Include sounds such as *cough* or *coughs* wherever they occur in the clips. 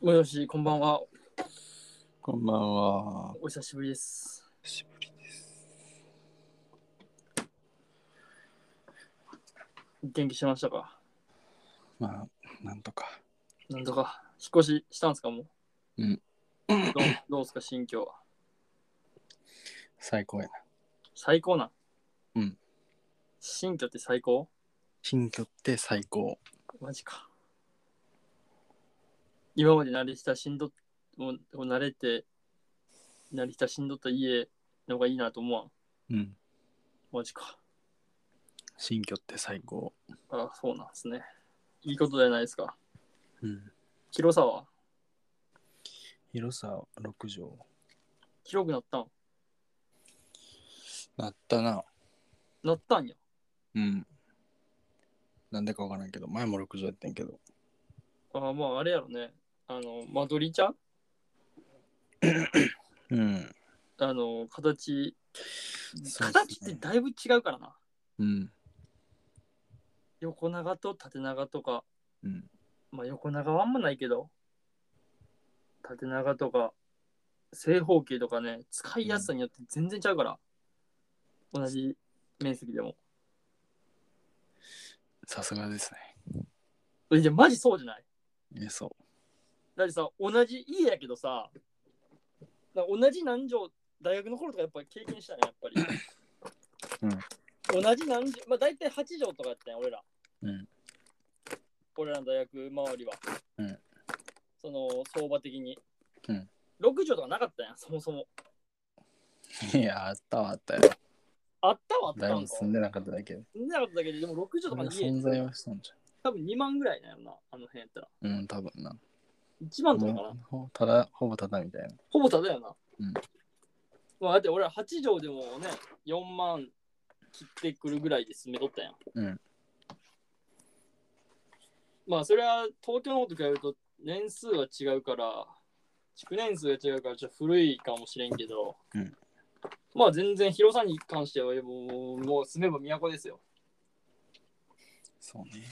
もよし、こんばんは。こんばんは。お久しぶりです。久しぶりです。元気しましたかまあ、なんとか。なんとか。引っ越ししたんですかもう。うん。どうどうですか、心境は。最高やな。最高なん。うん。新居って最高新居って最高。マジか。今まで慣れ親しんどもう慣れて、慣れ親しんどった家の方がいいなと思わん。うん。マジか。新居って最高。あら、そうなんですね。いいことじゃないですか。うん。広さは広さ6畳。広くなったんなったな。なったんや。うん。なんでかわからんけど、前も6畳やってんけど。ああ、まあ、あれやろね。あの、間取りちゃんうん。あの形、そうっすね形ってだいぶ違うからなうん。横長と縦長とかうん。まあ横長はあんまないけど縦長とか正方形とかね使いやすさによって全然ちゃうから、同じ面積でもさすがですね。えじゃあマジそうじゃないえ、そだってさ同じ家やけどさな同じ何畳大学の頃とかやっぱり経験したねやっぱり、同じ何畳まあ大体8畳とかやったんや俺らう。うん。俺らの大学周りは、うんその相場的に、うん6畳とかなかったやんそもそも *laughs* いや、あったわ、あったよ。あったはあった誰んもか住んでなかっただけで。住んでなかっただけででも6畳とかの家存在はしたんじ多分2万ぐらいだよなあの辺やったらゃん。うん、多分な。 1万とかかな、もうただ、ほぼただみたいな。ほぼただよな、うんまあだって俺ら8畳でもね4万切ってくるぐらいで住めとったやんうんまあそれは東京の方と比べると年数は違うから築年数が違うからちょっと古いかもしれんけど、うんまあ全然広さに関してはもうもう住めば都ですよそうね。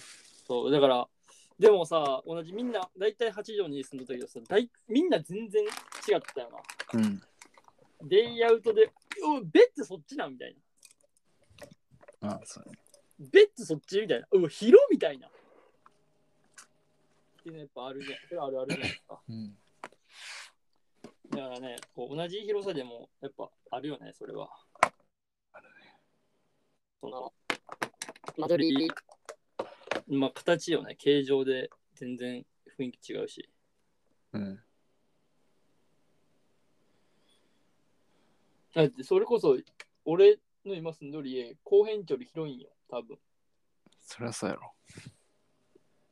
そうだからでもさ同じみんな大体8畳に住んだ時はさ大みんな全然違ったよなうん。レイアウトで、うわベッドそっちなんみたいな。ああ、そうね。ベッドそっちみたいな。うわ、広みたいな。っていうのやっぱあるね。それはあるあるじゃないですか。うん。だからね、こう同じ広さでもやっぱあるよね、それは。あるね。その、間取り、まあ形よね、形状で全然雰囲気違うし。うん。だってそれこそ、俺の今住んどる家、後編距離広いんよ、多分。そりゃそうやろ。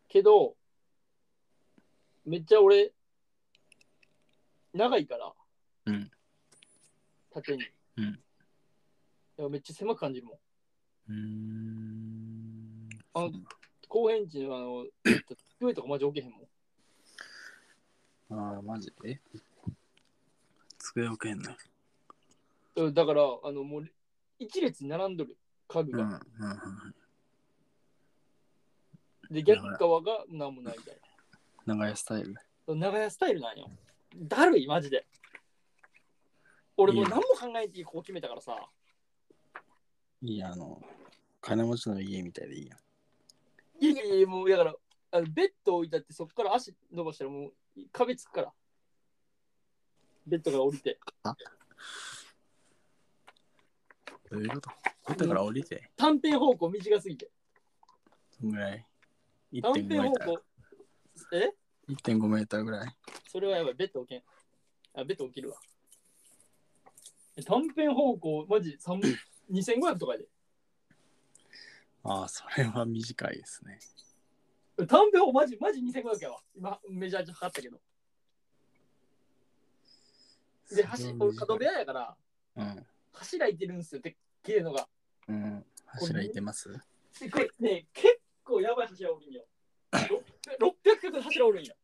けど、めっちゃ俺、長いから、うん縦に。うんいやめっちゃ狭く感じるもん。うーん。あそう後編地のあの、机とかマジ置けへんもん。ああ、マジで机置けんね。うんだから、あの、もう、一列に並んどる、家具うん。うが。ん。うんで、逆側がなんもないみたいな。長屋スタイル。長屋スタイルなんよ。だるい、マジで。俺もう何も考えてこう決めたからさ。いいや、あの、金持ちの家みたいでいいやん。いやいやいや、もう、だから、あのベッド置いたって、そこから足伸ばしたら、もう、壁つくから。ベッドから降りて。どういうことだから降りて。短編方向、短すぎて。そんぐらい。短1.5メ編ー方ター。向。え1.5メーターぐらい。それはやばい、ベッド置けん。あ、ベッド置きるわ。え短編方向、マジ、三2500とかやで。ああ、それは短いですね。短編方向、マジ、マジ2500やわ。今、メジャーじゃ測ったけど。で、それ橋、はこれ短い角部屋やから、うん。柱いてるんですよ、でっけえのが。うん。柱いてますでこれね、結構やばい柱おるんよ。ろ600角の柱おるんよ。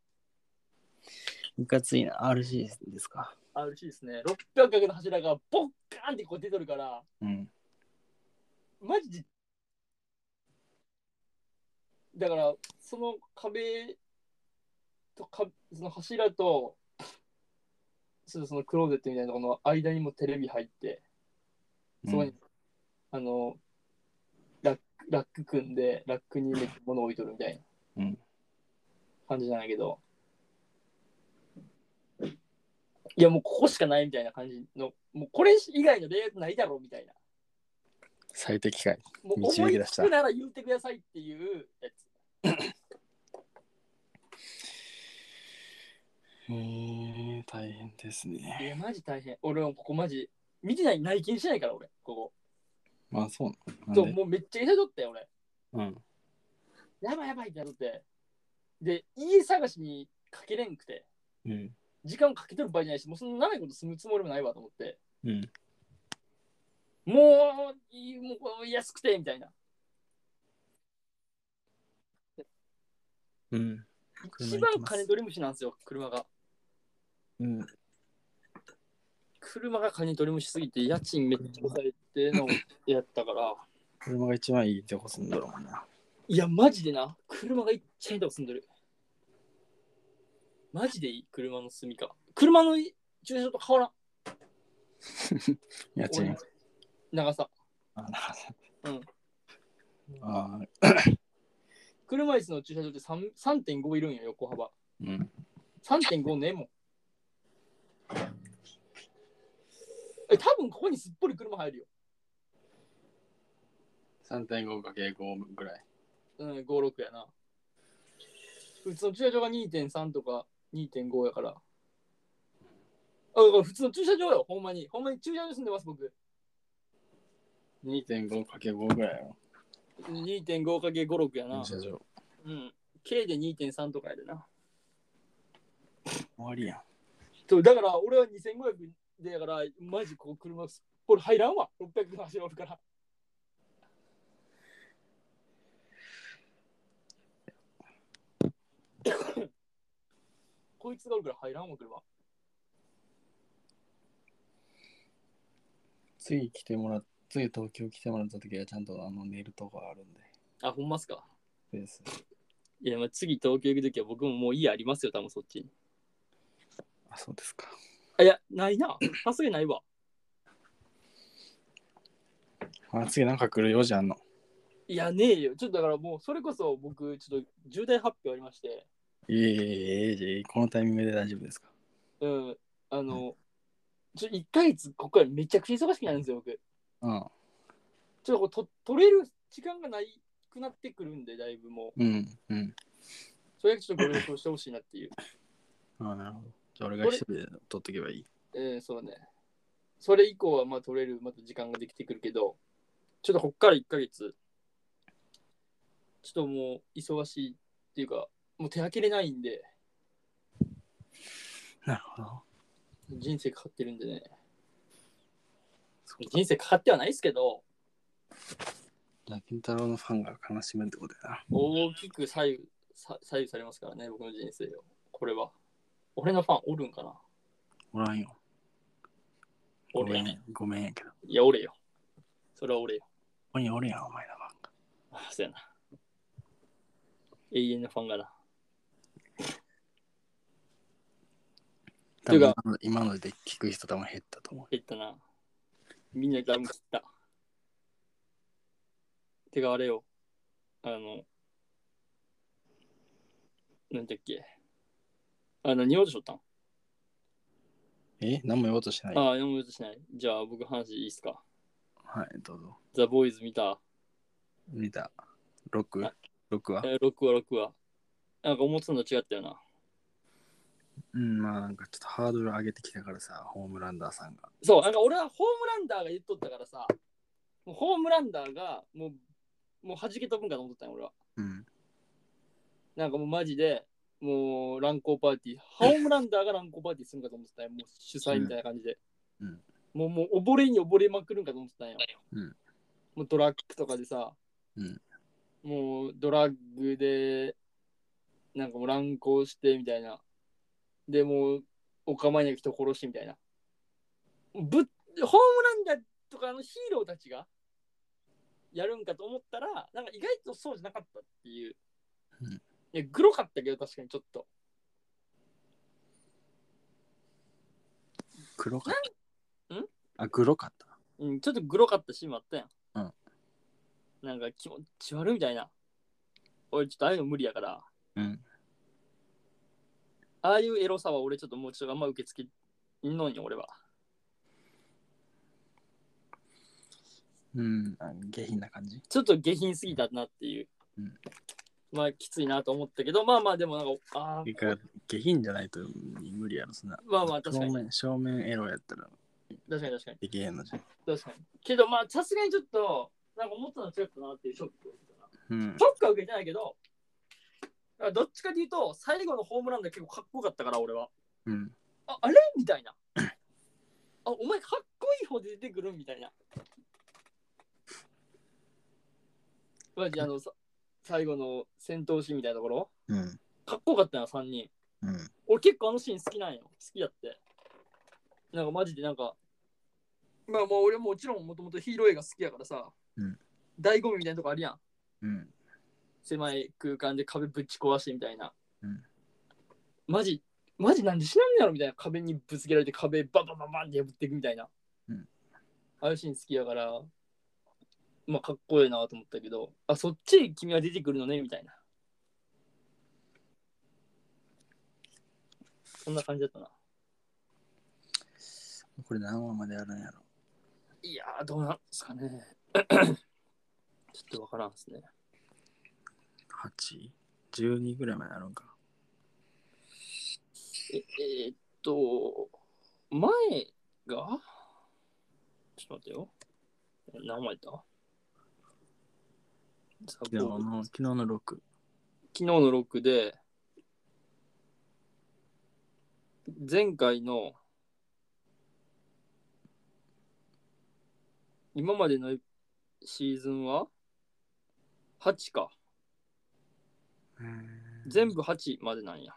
いかついな。RC ですか。あ、嬉しいですね。600角の柱がボッカーンってこう出とるから、うん。マジで。だから、その壁とかその柱とそうそのクローゼットみたいなところの間にもテレビ入ってそこに、あのラックラック組んでラックにめっちゃ物置いとるみたいなうん感じなんやけど、いやもうここしかないみたいな感じのもうこれ以外のレイアウトないだろうみたいな最適解。もう導思きい出しつたくなら言ってくださいっていうやつえー、大変ですね。いや、マジ大変。俺はここマジ、見てない、内見してないから、俺、こまあそうこ。なそう、のなんでもうめっちゃ急いとったよ、俺。うん。やばいやばいってなっとって。で、家探しにかけれんくて、うん。時間かけてる場合じゃないし、もうそんな長いこと住むつもりもないわと思って、うん。もう、いいもう安くて、みたいな。うん。一車行き番ます金取り虫なんですよ、車が。うん。車が金取り虫すぎて、家賃めっちゃ押されてのやったから、車が一番いいとこ住んだろうな。いや、マジでな、車がいっちゃいとこ住んでる。マジでいい、車の住みか。車のい駐車場と変わらん。家賃。長さ。あうん *laughs* あー、車椅子の駐車場って3 3.5いるんよ、横幅。うん。 3.5ねえもん。え、多分ここにすっぽり車入るよ。 3.5×5 ぐらい。うん、5、6やな。普通の駐車場が2.3とか2.5やから。あ、だから普通の駐車場よ、ほんまに。ほんまに駐車場に住んでます、僕。 2.5×5 ぐらいよ。 2.5かけ56やな。駐車場。う終ん。K で2.3とかやでな。わりやん。そうだから俺は2500でやから、マジこう車すっぽり入らんわ。600の走りおるから。こいつがおるから入らんわ、車。次来てもらっ次東京来てもらった時はちゃんとあの寝るとこあるんで。あ、ほんますか。ベース。いや、まあ、次東京行くときは僕ももう家ありますよ、多分そっちに。あ、そうですか。あ、いや、ない *clears throat* な。さすがにないわ。あ次なんか来る用事あんの。いや、ねえよ。ちょっとだからもう、それこそ僕、ちょっと重大発表ありまして。いえいえいえいえ、このタイミングで大丈夫ですか。うん、あの、ちょ1ヶ月、ここからめちゃくちゃ忙しくなるんですよ、僕。うん。ちょっとこうと取れる時間がないくなってくるんで、だいぶもう。うん。うん。それだけちょっとご了承してほしいなっていう。 *laughs* あなるほど。じゃあ俺が一人で取ってけばいい。えー、そうね。それ以降はまあ取れる、また時間ができてくるけど、ちょっとこっから1ヶ月、ちょっともう忙しいっていうか、もう手開けれないんで、なるほど。人生かかってるんでね。人生かかってはないですけど、じゃあ、金太郎のファンが悲しむってことやな。大きく左右さ左右されますからね、僕の人生を。これは。俺のファンおるんかなおらんよ。おごるめやね。ん、ごめんやけど。いや、おれよ。それはおれよ。おにおるやん、お前のファンが。あそうやな。永遠のファンがな。て多いう分か今の今ので聞く人多分減ったと思減ったな。みんなダム切った。てか、あれよ。あの、なんだっけ。あ、何言おうとしとったんう。え何も言おうとしない。はあ、何も言おうとしない。じゃあ、僕話いいっすか。い、どうぞ。ザ・ボーイズ見た見た。6?6 あはえー、6話6話。なんか思ってたのと違ったよな。うん、まあなんかちょっとハードル上げてきたからさ、ホームランダーさんが。そう、なんか俺はホームランダーが言っとったからさ、もうホームランダーがもう、もう弾け飛ぶんかと思っとったんよ俺は。うん。なんかもうマジで、もう乱行パーティー、ホームランダーが乱行パーティーするんかと思ってたんよ、もう主催みたいな感じで。うんうんもうもう溺れに溺れまくるんかと思ってたんよ。うんもうドラッグとかでさ、うんもうドラッグで、なんかもう乱行してみたいな。でもう、お構いなく人殺してみたいな。ぶっホームランダーとかのヒーローたちがやるんかと思ったら、なんか意外とそうじゃなかったっていう。うんいや、グロかったけど、確かにちょっと。黒かった。んあ、黒かった。うん、ちょっとグロかったシーンもあったやん。うんなんか気持ち悪いみたいな。俺ちょっとああいうの無理やから、うん。ああいうエロさは俺ちょっともうちょっとあんま受け付けんのに俺は。うん。あ下品な感じ。ちょっと下品すぎたなっていう。うんまあきついなと思ったけど、まあまあでもなんか、あてーか下品じゃないと無理やろ、そんな。まあまあ確か正に、面、正面エロやったら確かに確かに、できへんのじゃん。確かに。けどまあさすがにちょっと、なんか思ったの違ったなっていうショックを受けたな。うんシ。ョックは受けてないけど、だからどっちかというと、最後のホームランが結構かっこよかったから俺は。うん。ああれみたいな。あ、お前かっこいい方で出てくるみたいな。マジあのさ最後の戦闘シーンみたいなところうん。かっこよかったな、3人。うん。俺結構あのシーン好きなんよ。好きやって。なんかマジでなんか、まあもう俺もちろんもともとヒーロー映画好きやからさ、うん醍醐味みたいなとこあるやん。うん。狭い空間で壁ぶち壊してみたいな。うんマジ、マジなんで知らんのやろみたいな壁にぶつけられて壁バンバンバンバンって破っていくみたいな。うんああいうシーン好きやから、まあかっこいいなと思ったけど、あ、そっちに君は出てくるのねみたいな。そんな感じだったな。これ何話まであるんやろ。いやー、どうなんですか *coughs* ね。ちょっとわからんですね。 8?12 ぐらいまであるんか。ええーっと、前がちょっと待ってよ。何枚だザボ昨日ールの昨日の6。昨日の6で、前回の今までのシーズンは8か。全部8までなんや。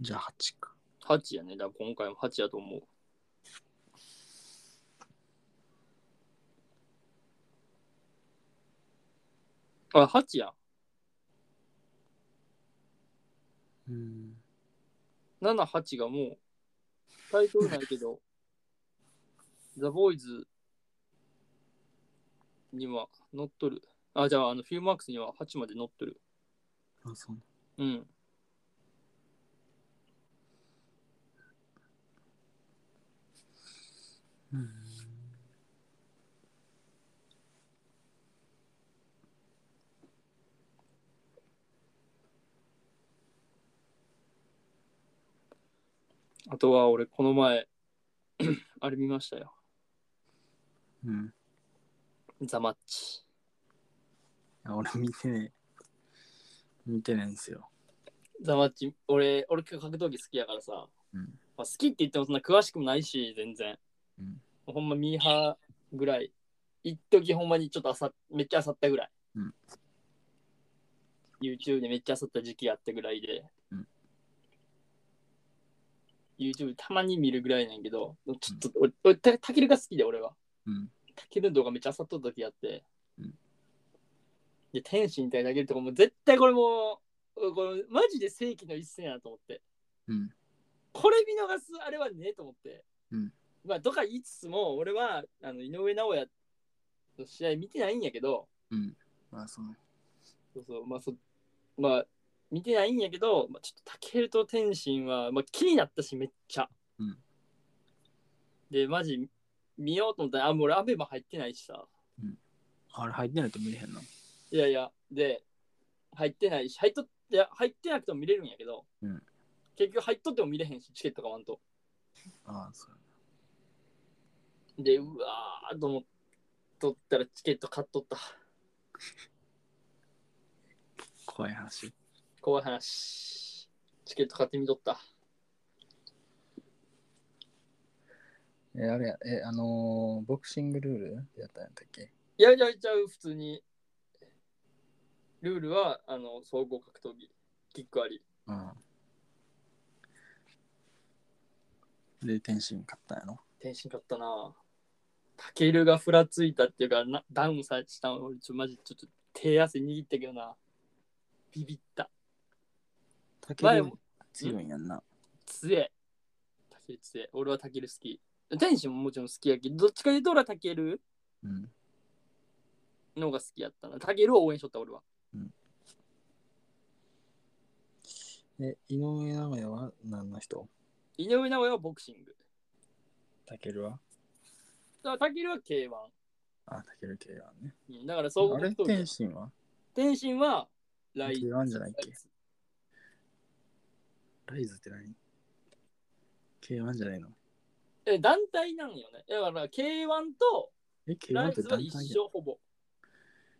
じゃあ8か。 8やね。だから今回も8やと思う。あ、8や。うん。 7、8がもうタイトルないけど、ザ・ボーイズには乗っとる。あ、じゃあ、あの、フィルマークスには8まで乗っとる。あ、そううん。うん。あとは、俺、この前、 *clears throat* あれ見ましたよ。うん。ザ・マッチ。あ俺見てねえ。見てねえんすよ。ザマッチ、俺、俺格闘技好きやからさ、うんまあ、好きって言ってもそんな詳しくもないし、全然。うんもうほんまミーハーぐらい。一時ほんまにちょっとあさ、めっちゃあさったぐらい。うん YouTube でめっちゃあさった時期やったぐらいで。うん YouTube たまに見るぐらいなんやけど、ちょっと俺、俺たたけるが好きで俺は。うん。たけるの動画めっちゃあさっとった時あって。うんで、天使みたいに投げるとこも絶対これもう、これマジで世紀の一戦やなと思って。うん。これ見逃すあれはねえと思って、うんまあとか言いつつも俺はあの井上尚弥の試合見てないんやけどうん。まあそう。そうそうまあそまあ見てないんやけど、まあ、ちょっとタケルと天心は、まあ、気になったしめっちゃ、うんでマジ見ようと思ったらあもう俺アベマ入ってないしさあれ入ってないと見れへんのいやいやで入ってないし入っといや入ってなくても見れるんやけど、うん結局入っとっても見れへんしチケット買わんとああ、そう。で、うわーと思っとったらチケット買っとった。怖い話。怖い話。チケット買ってみとった。え、あれや、え、あのーボクシングルールやったんやったっけいやいやいちゃう、普通に。ルールは、あの、総合格闘技。キックあり。うん。で、天心買ったんやろ天心買ったなタケルがふらついたっていうか、なダウンさしたの俺、ちょ、マジ、ちょっと手汗握ったけどな。ビビった。タケ前ルも強いんやんな。強え。タ言ってて、俺はタケル好き。天心ももちろん好きやけど、どっちか言うと俺はタケルうん。の方が好きやったな。タケルを応援しとった俺は。え、井上尚弥は何の人井上尚弥はボクシング。タケルはだからタケルは K1。あ、タケル K1 ね。うんだから総合あれ格闘技天。心は天心はライ K1 じゃないっけライズライズって何 ?K1 じゃないのえ、団体なんよね。だから K1 とえ、K1 ラっイてズは団一体や緒ほぼ。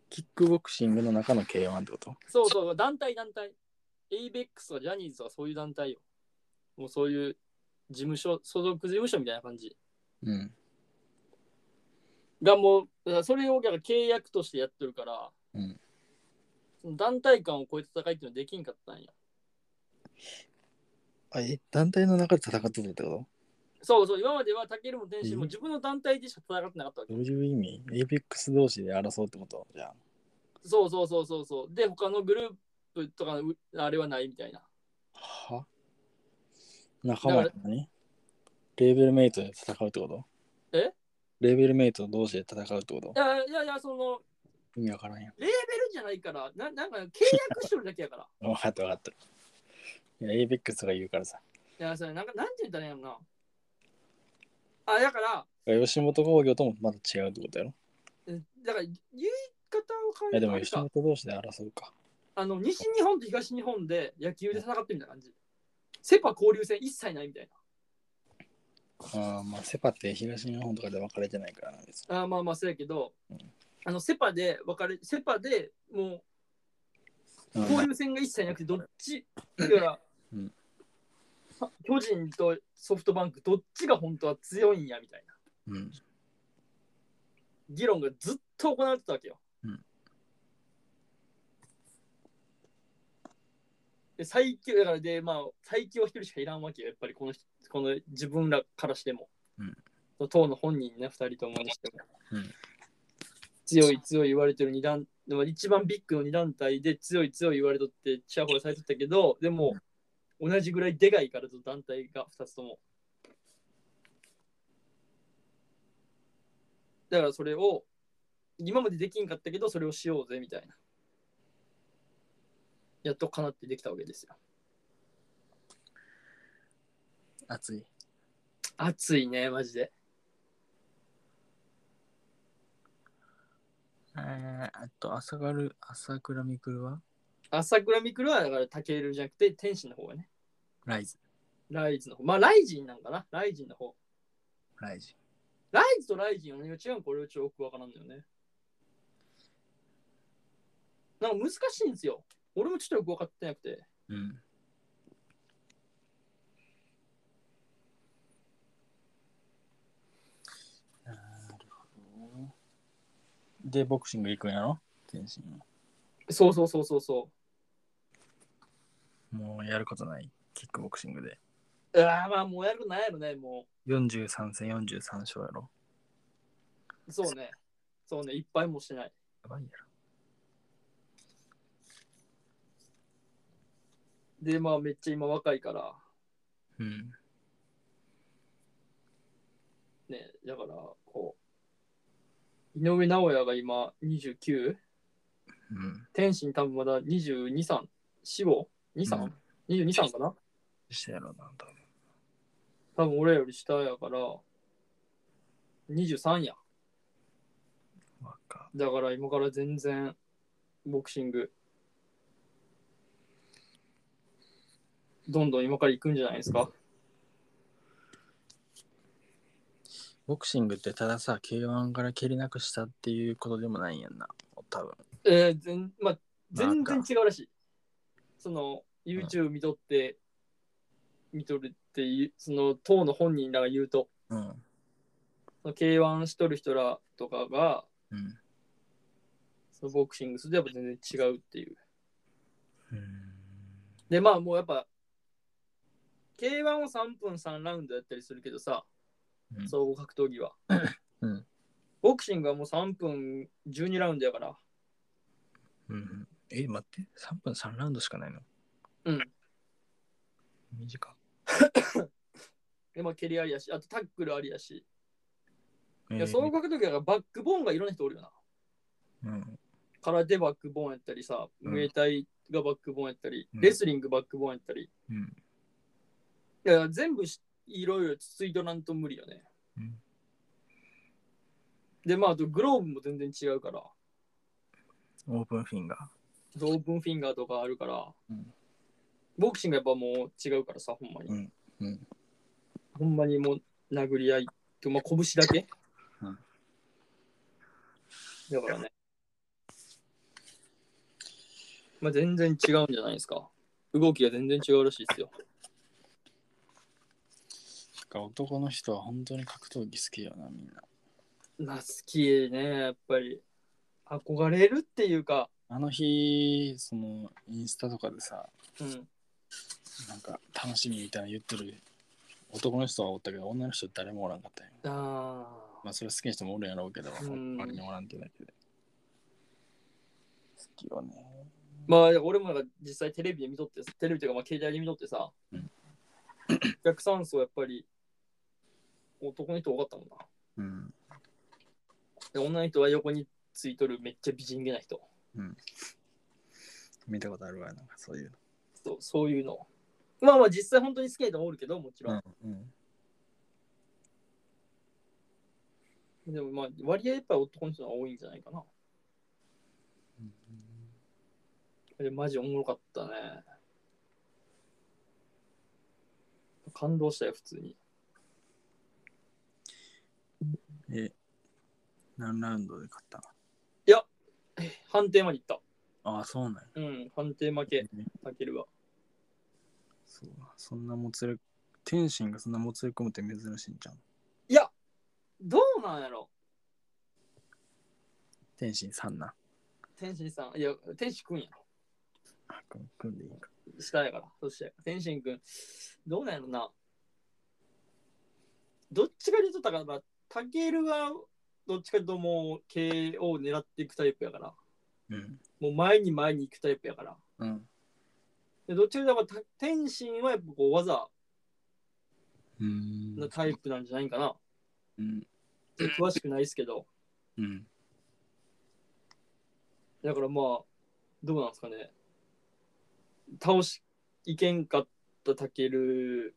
キックボクシングの中の K1 ってことそうそう、団体団体。ABEX とかジャニーズとかそういう団体よ。もうそういう事務所、所属事務所みたいな感じ。うん。がもう、だからそれをだから契約としてやってるから、うんその団体間を超えて戦いっていうのはできんかったんや。あ、え、団体の中で戦ってたってこそうそう、今まではタケルも天心うもん自分の団体でしか戦ってなかったわとけ。どういう意味エイペックス同士で争うってことじゃあ。そうそうそうそうそう。で、他のグループとかのうあれはないみたいな。は仲間やったのにレーベルメイトで戦うってことえレーベルメイト同士で戦うってこといやいやいや、その、意味わからんやん。レーベルじゃないから、ななんか契約しとるだけや *laughs* から。わかったわかった。いや、エイペックスとか言うからさ。いや、それなんか、なんて言ったらいいんやろな。あ、だから、吉本興業ともまだ違うってことやろうんだから、言い方を変いえや、でるとあもれ吉か本同士で争うか。あの、西日本と東日本で野球で戦ってるみたいな感じ。セパ交流戦一切ないみたいああ、まあ、セパって東日本とかで分かれてないからな、別に。な。あーまあまあ、そうやけどうん、あの、セパで分かれ、セパでもううん交流戦が一切なくて、どっち、だから、うんあ巨人とソフトバンク、どっちが本当は強いんやみたいな。うん。議論がずっと行われてたわけよ。うんで最強だからで、まあ、最強は一人しかいらんわけよ、やっぱりこの人この自分らからしても。うん党の本人ね、二人ともにしても。うん強い強い言われてる二団、でも一番ビッグの二団体で強い強い言われとって、チヤホヤされてたけど、でも、同じぐらいでかいからと団体が二つとも。だからそれを、今までできんかったけど、それをしようぜみたいな。やっとかなってできたわけですよ。熱い。暑いね、マジで。えー、あと、朝がる、朝倉未来は朝倉未来はだから、タケルじゃなくて、天心の方がね。ライズ。ライズの方。まあ、ライジンなんかな。ライジンの方。ライジ。ライズとライジンは何が違うのこれはちょっとよくわからんのよね。なんか難しいんですよ。俺もちょっとよく分かってなくて。うん。なるほど。で、ボクシング行くんやろ天心はそうそうそうそうそう。もうやることない。キックボクシングで。ああ、まあ、もうやることないやろね、も43戦43勝やろう。そうね。そうね、いっぱいもしてない。やばいやろ。で、まあ、めっちゃ今若いから。うん。ね、だから、こう、井上尚弥が今 29? うん。天心多分まだ22、3? 死後 ?2、3?、うん22、3かなしてやろうな、多分。多分俺より下やから、23や。わか。だから今から全然、ボクシング、どんどん今から行くんじゃないですか。ボクシングってたださ、K1 から蹴りなくしたっていうことでもないんやんな。多分。えー、全まあ、な全んか然違うらしい。その YouTube 見とって、見とるっていう、その党の本人らが言うと、うん。その K1 しとる人らとかが、うん。そのボクシングするとやっぱ全然違うっていう。うん。で、まあもうやっぱ、K1 を3分3ラウンドやったりするけどさ、うん総合格闘技は。うんボクシングはもう3分12ラウンドやから、うんうん、え、待って、3分3ラウンドしかないのうん。短っ。で、まあ、蹴りありやし、あとタックルありやし。えいや、総ー合格闘技だからバックボーンがいろんな人おるよな。うん、空手バックボーンやったりさ、うんムエタイがバックボーンやったり、うんレスリングバックボーンやったり。うん、いや、全部しいろいろつついとなんと無理よね。うんで、まあ、あとグローブも全然違うから、オープンフィンガー。ドープンフィンガーとかあるから、うんボクシングやっぱもう違うからさ、ほんまに。うんうんほんまにもう殴り合いと、まあ、拳だけ、うんだからね。まあ、全然違うんじゃないですか。動きが全然違うらしいですよ。男の人は本当に格闘技好きよな、みんな。まあ、好きね、やっぱり。憧れるっていうか、あの日、そのインスタとかでさ、うん、なんか楽しみみたいなの言ってる男の人はおったけど、女の人誰もおらんかったよ。ああ、まあそれ好きな人もおるんやろうけど、ん周りにおらんってだけで。好きよね。まあ、俺もなんか実際テレビで見とって、テレビというか、まあ、携帯で見とってさ、うお客さん層やっぱり男の人多かったもんな。うん。で女の人は横についとるめっちゃ美人げな人。見たことあるわ、なんかそういうそうそういうの。まあまあ実際本当に好きな人もおるけどもちろん。の。うん。うんでもまあ割合やっぱり男の人が多いんじゃないかな。でマジおもろかったね。感動したよ普通に。え、何ラウンドで勝った判定まで行っのああ、そうなんや。た。うん、判定負け、ねたけるは。そうそんなもつれ、天心がそんなもつれ込むって珍しいんじゃん。いや、どうなんやろ天心さんな。天心さん。いや、天心くんやろ。あ組組んでいいか。下やから。そして、天心くん。どうなんやろな。どっちかで言うとだからな、たけるはどっちかというともう KO を狙っていくタイプやから。うん。もう前に前に行くタイプやから。うん。でどっちかというとだからた天心はやっぱこう技うんのタイプなんじゃないかな。うん。詳しくないですけど。うん。だからまあ、どうなんですかね。倒し、いけんかったたける、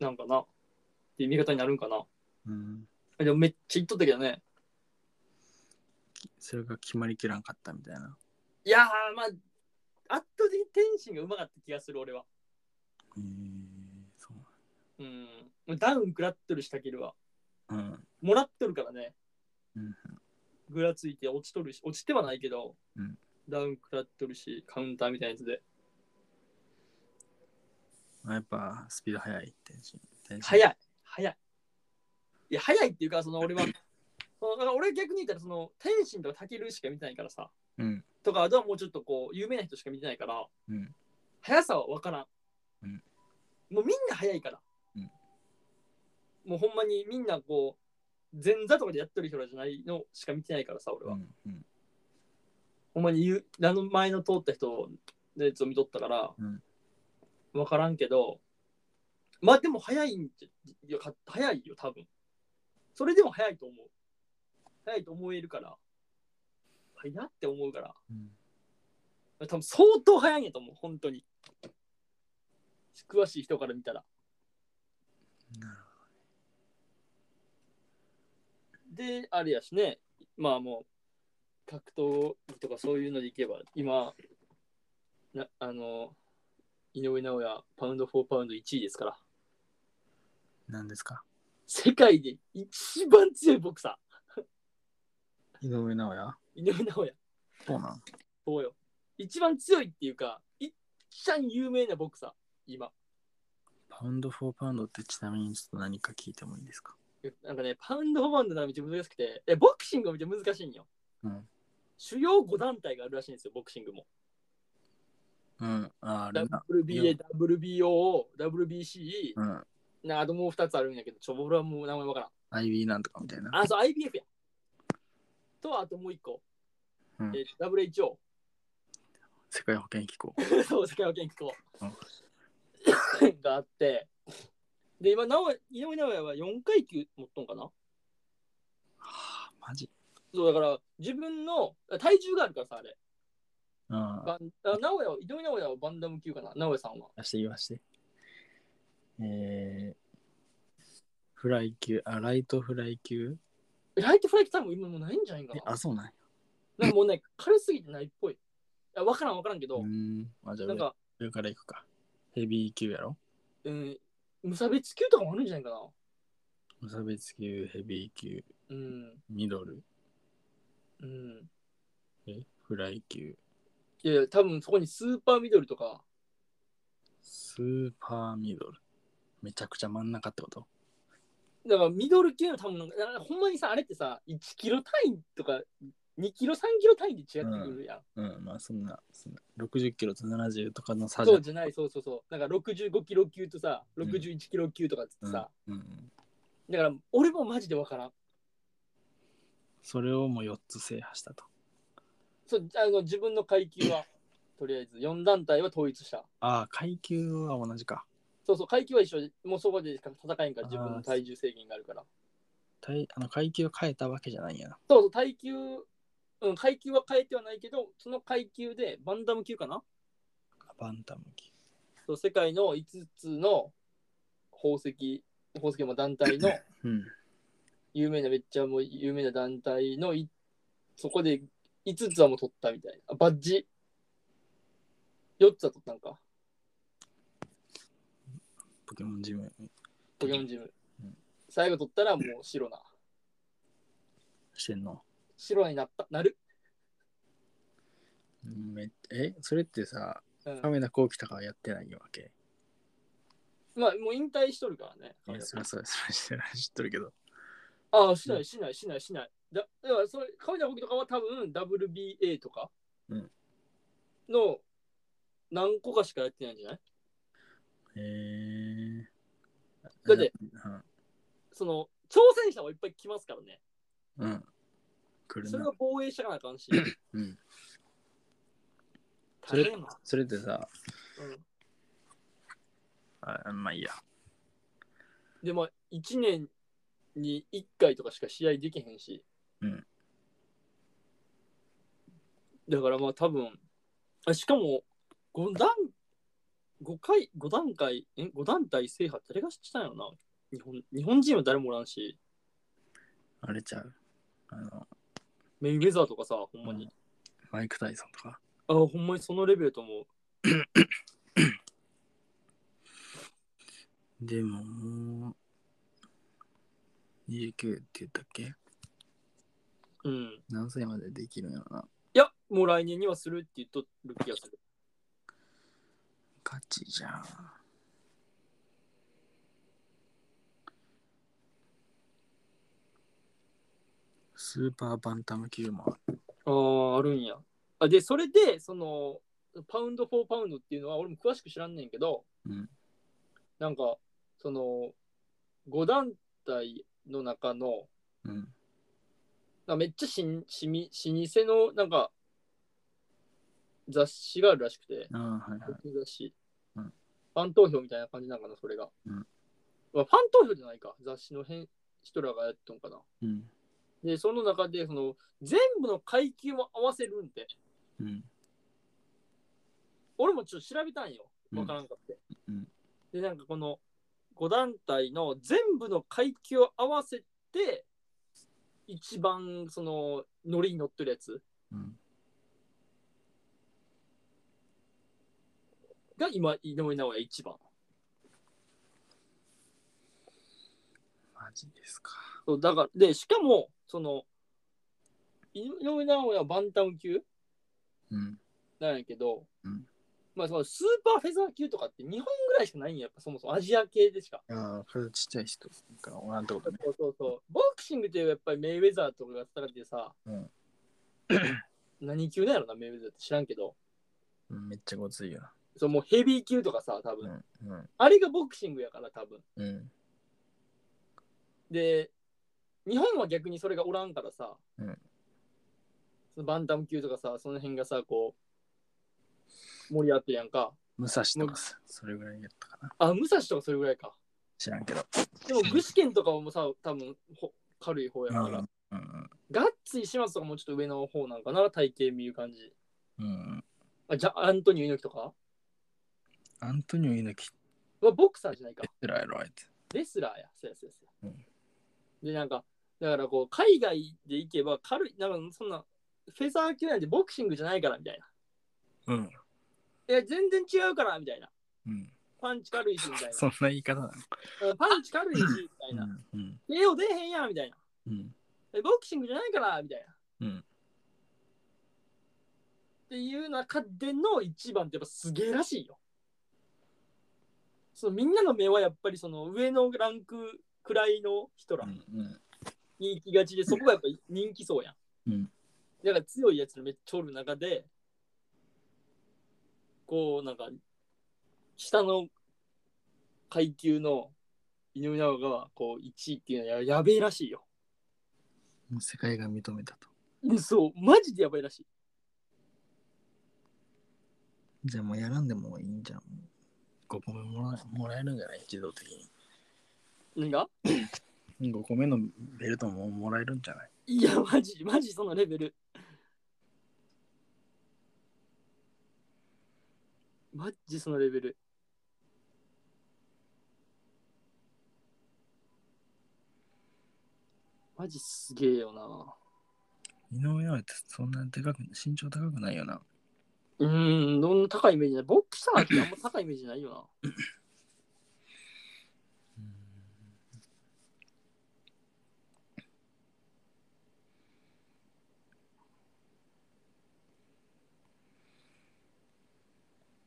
なんかな。っていう見方になるんかな。うん。でもめっちゃ言っとったけどね。それが決まりきらんかったみたいな。いやー、まあ、圧倒的に天心がうまかった気がする、俺は。えー、そううん。ダウン食らっとるし、たけるは。なんうん。もらっとるからね。うんぐらついて落ちとるし、落ちてはないけど、うんダウン食らっとるし、カウンターみたいなやつで。まあ、やっぱスピード速い天心。天心早い早いいや早いっていうかその俺はそのだから俺逆に言ったらその天心とかタケルしか見てないからさうん。とかあとはもうちょっとこう有名な人しか見てないからうん。速さは分からん、うんもうみんな速いから、うんもうほんまにみんなこう前座とかでやってる人らじゃないのしか見てないからさ俺うは、ん。うん。ほんまに言うあの前の通った人のやつを見とったから、うん分からんけどまあでも早いんじゃいやか早いよ多分それでも早いと思う早いと思えるから早っって思うからうん多分相当早いんやと思う本当に詳しい人から見たらなるであれやしねまあもう格闘技とかそういうのでいけば今なあの井上尚弥パウンド・フォー・パウンド1位ですからほど。何ですか世界で一番強いボクサ井上尚弥ー井上尚弥そうなんそうよ一番強いっていうか一番有名なボクサー今パウンド・フォー・パウンドってちなみにちょっと何か聞いてもいいですかなんかねパウンド・フォー・パウンドなんかめっちゃ難しくてえボクシングがめっちゃ難しいんよ、うん主要5団体があるらしいんですよボクシングもうん。あ、あれな。 WBA、WBO、WBC、うん。なあともう2つあるんやけど、ちょ、俺はもう名前わからん。 IB なんとかみたいな。あ、そう、IBF や。と、あともう一個。うんえー *laughs* WHO。世界保健機構。そう、世界保健機構うん。があって、で、今、なお井上尚弥は4階級持っとんかなはあ、マジ。そうだから、自分の体重があるからさ、あれ。うん。バンあ直哉は、井上尚弥はバンダム級かな、直哉さんは。出して言わして。えー、フライ級、あ、ライトフライ級ライトフライト多分今もうないんじゃないかえな。あ、そうなんや。なんかもうね、 *laughs* 軽すぎてないっぽい。いや、わからんわからんけうど、ん。あ、じゃあなん上か、上から行くか。ヘビー級やろうん、無差別級とかもあるんじゃないかな。無差別級、ヘビー級、うん、ミドル、うん。えフライ級、いやいや、多分そこにスーパーミドルとか、スーパーミドル。めちゃくちゃ真ん中ってことだからミドル級の多分なんか、だからほんまにさ、あれってさ、1キロ単位とか、2キロ、3キロ単位で違ってくるやん。うん、まあそんな、そんな60キロと70とかの差そじゃなうじゃない、そうそうそう。なんか65キロ級とさ、61キロ級とかっつってさ、うんうん、だから俺もマジでわからん。それをもう4つ制覇したと。そうあの自分の階級は、とりあえず4団体は統一した。ああ、階級は同じか。そうそう、階級は一緒で、もうそこでしか戦えんから、自分の体重制限があるから。体あの階級を変えたわけじゃないんやな。そうそう、階級、うん、階級は変えてはないけど、その階級でバンダム級かなバンタム級。そう世界の5つの宝石、宝石も団体のうん。有名な、めっちゃもう有名な団体のい、そこで5つはもう取ったみたいな。あバッジ。4つは取ったんか、ポケモンジム。ポケモンジムうん。最後取ったらもう白な。してんの。白になった、なる。うんめえ、それってうさ、ん亀田光輝とかはやってないわけ。まあ、もう引退しとるからね。いやそれそれそれしてない *laughs* 知っとるけど。ああ、しない、しない、しない、しない。だだからそれ、亀田僕とかは多分 WBA とかうんの何個かしかやってないんじゃないへえだって、うん。その、挑戦者もいっぱい来ますからね。うん。来それるなは。防衛しとかなあかんし。うん。*clears throat* そ大れ変な。それってさ、うん、あまあいいや。でも、1年に1回とかしか試合できへんし。うんだからまあ多分、あしかも5段、5回、五段階、え五団体制覇誰がしたんやろな日本日本人は誰もおらんし、あれちゃう。あの、メイウェザーとかさ、ほんまに。マイク・タイソンとか。あほんまにそのレベルと思う。でも、もう29って言ったっけうん。何歳までできるんやろな。いや、もう来年にはするって言っとる気がする。ガチじゃん。スーパーバンタム級もある。ああ、あるんや。あで、それで、その、パウンド・フォー・パウンドっていうのは、俺も詳しく知らんねんけど、うんなんか、その、5団体の中の、うん。なんかめっちゃしんしみ老舗の、なんか、雑誌があるらしくて、ああ、はいはい。雑誌、うんファン投票みたいな感じなんかな、それが。うんまあ、ファン投票じゃないか、雑誌の編人らがやっとんかな。うん。で、その中で、その、全部の階級も合わせるんで、うん。俺もちょっと調べたんよ。うんわからんかって。うんで、なんかこの5団体の全部の階級を合わせて、一番そのノリに乗ってるやつうん。が今、井上尚弥一番。マジですか。そうだから、で、しかも、その、井上尚弥はバンタム級うん。なんやけど、うんまあそのスーパーフェザー級とかって日本ぐらいしかないんや、やっぱそもそもアジア系でしか。ああ、これちっちゃい人がおらんってことね。そうそうそう。ボクシングってやっぱりメイウェザーとかが戦ってさ、うん *clears throat* 何級なんやろな、メイウェザーって知らんけど、うんめっちゃごついよな。そうもうヘビー級とかさ、多分、うん。うん。あれがボクシングやから、多分。うん。で、日本は逆にそれがおらんからさ、うんそのバンタム級とかさ、その辺がさ、こう、盛り合ってるやんか。武蔵とかさ、それぐらいやったかな。あ、武蔵とかそれぐらいか。知らんけど。でも、具志堅とかもさ、多分ほ軽い方やうんかうらん。うんガッツイ、島津とかもうちょっと上の方なんかな、体型見る感じ。うん。あ、じゃアントニオ猪木とかアントニオ猪木っはボクサーじゃないかて。偉いやろ、あいつ。レスラーや。そうやそうやそうやうんで、なんか、だからこう、海外で行けば軽い、なんかそんな、フェザー級なんてボクシングじゃないからみたいな。うん。いや、全然違うからみたいな。うん。パンチ軽いしみたいそんな言い方なのな。パンチ軽いしみたいな。うん。手を出へんやみたいな。うん。えボクシングじゃないからみたいな。うん。っていう中での一番ってやっぱすげえらしいよ。そのみんなの目はやっぱりその上のランクくらいの人らうにん。行きがちで、そこがやっぱ人気そうやん。うんだから強いやつのめっちゃおる中で、こうなんか、下の階級の井上尚弥がこう1位っていうのはややべえらしいよ。もう世界が認めたと。うんそう、マジでやばいらしい。じゃあもうやらんでもいいんじゃん。5個目もらえもらえるんじゃない自動的何がに。5個目のベルトももらえるんじゃないいや、マジ、マジそのレベル。マジそのレベル。マジすげえよな。井上はそんなでかく、身長高くないよな。うーん、どんな高いイメージない。ボクサーってあんま高いイメージないよな。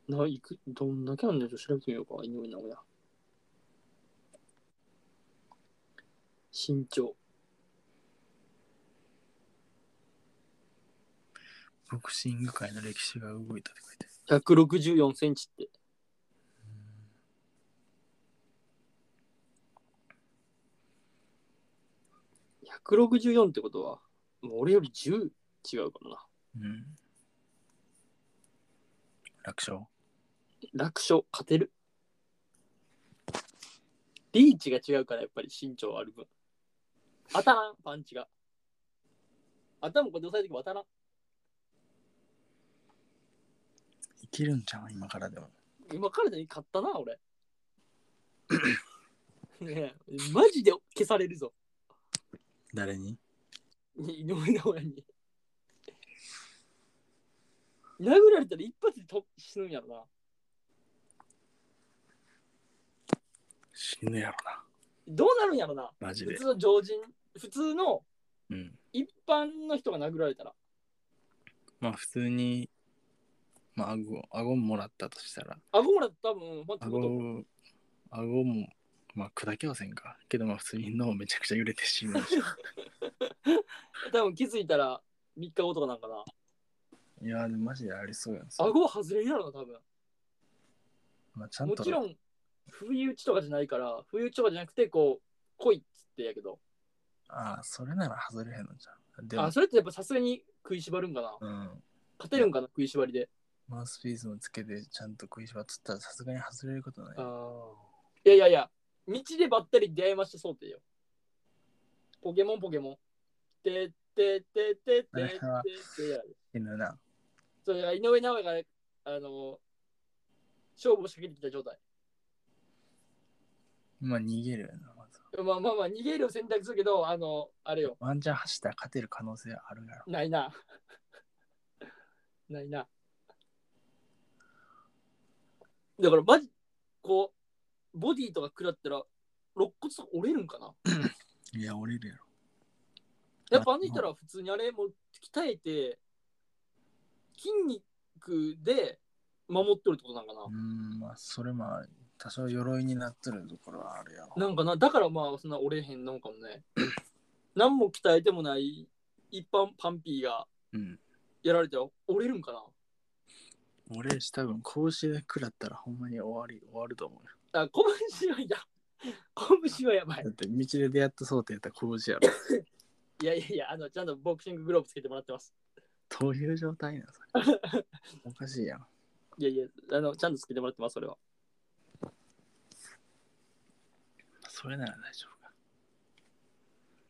ないくどんだけあんねんちょっと調べてみようか、井上尚弥。身長。ボクシング界の歴史が動いたって書いてある。 164センチって。164ってことは、もう俺より10違うからな。うん。楽勝楽勝、勝てる。リーチが違うから、やっぱり身長ある分。当たらん、パンチが。頭こうやって押さえても当たらん。いけるんじゃん、今からでも。今からで勝ったな、俺。 *laughs* ねえマジで消されるぞ。誰に井上尚弥に。殴られたら一発でと死ぬんやろな。死ぬやろどうなるんやろな。な、マジ普で通。の常人、普通のうん。一般の人が殴られたら。まあ普通に、まあ顎、顎もらったとしたら、顎もらったら多分、まあ、顎を、顎も、まあ砕けはせんか。けどまあ普通に脳めちゃくちゃ揺れて死ぬし。多分気づいたら3日後とかなんかな。 *laughs* いやー、でもマジでありそうやん。顎は外れるやろな、多分。まあちゃんもとちろん、不意打ちとかじゃないから、不意打ちとかじゃなくて、こう、来いっつってやけど。ああ、それなら外れへんのじゃん。でもあ、、それってやっぱさすがに食いしばるんかな。うん。勝てるんかな、食いしばりで。マウスピースもつけて、ちゃんと食いしばっつったら、さすがに外れることない。いやいやいや、道でばったり出会いました想定よ。ポケモンポケモン。てってってってってってってやる。死ぬな。それが井上尚弥が、あの、勝負を仕掛けてきた状態。まあ逃げるよな、まず。まあまあまあ、逃げるを選択するけど、あの、あれよ、ワンチャン走ったら勝てる可能性あるやろ。ないな。ないな。だから、マジ、こう、ボディとか食らったら、肋骨とか折れるんかないや、降りるやろ。やっぱあの人らは普通にあれもう鍛えて筋肉で守ってるってことなんかなうー、ん、まあ、それもある。多少鎧になってるところはあるやろ。なんかなだからまあそんな折れへんのかもね *coughs* 何も鍛えてもない一般パンピーがうん。やられたら折れるんか俺、多分、格子で食らったら、ほんまに終わり、終わると思うよ。なあ拳はや *laughs* 拳はやばいだって、道で出会った想定やったら格子やろ。 *laughs* いやいやいやあのちゃんとボクシンググローブつけてもらってますどういう状態なんそれ。 *laughs* おかしいやん。いやいやあのちゃんとつけてもらってますそれはそれなら大丈夫か。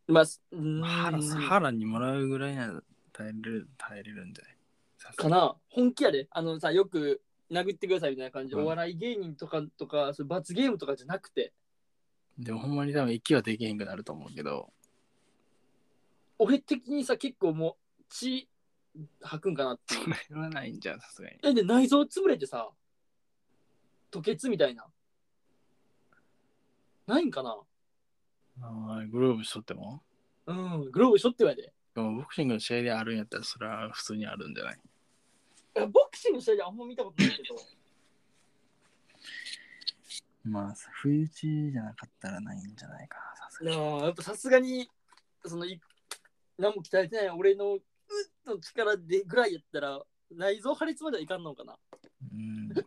まあ、すうーん腹す腹にもらうぐらいなら耐えれる耐えれるんじゃないさすがかにな本気やで。あのさ、よく殴ってくださいみたいな感じで、うんお笑い芸人とかとか、そういう罰ゲームとかじゃなくて、でもほんまに多分息はできへんくなると思うけど、 *laughs* 俺的にさ、結構もう血吐くんかなっていう。それはないんじゃん、さすがに。え、で、内臓潰れてさ、吐血みたいな。ないんかなあーグローブしとってもうん、グローブしょってはやで。でもボクシングの試合であるんやったらそれは普通にあるんじゃないいやボクシングの試合であんま見たことないけど。まあ、不意打ちじゃなかったらないんじゃないかな、さす *laughs* なあやっぱさすがにそのい何も鍛えてない俺のうっの力でぐらいやったら内臓破裂まではいかんのかなうん。 *laughs*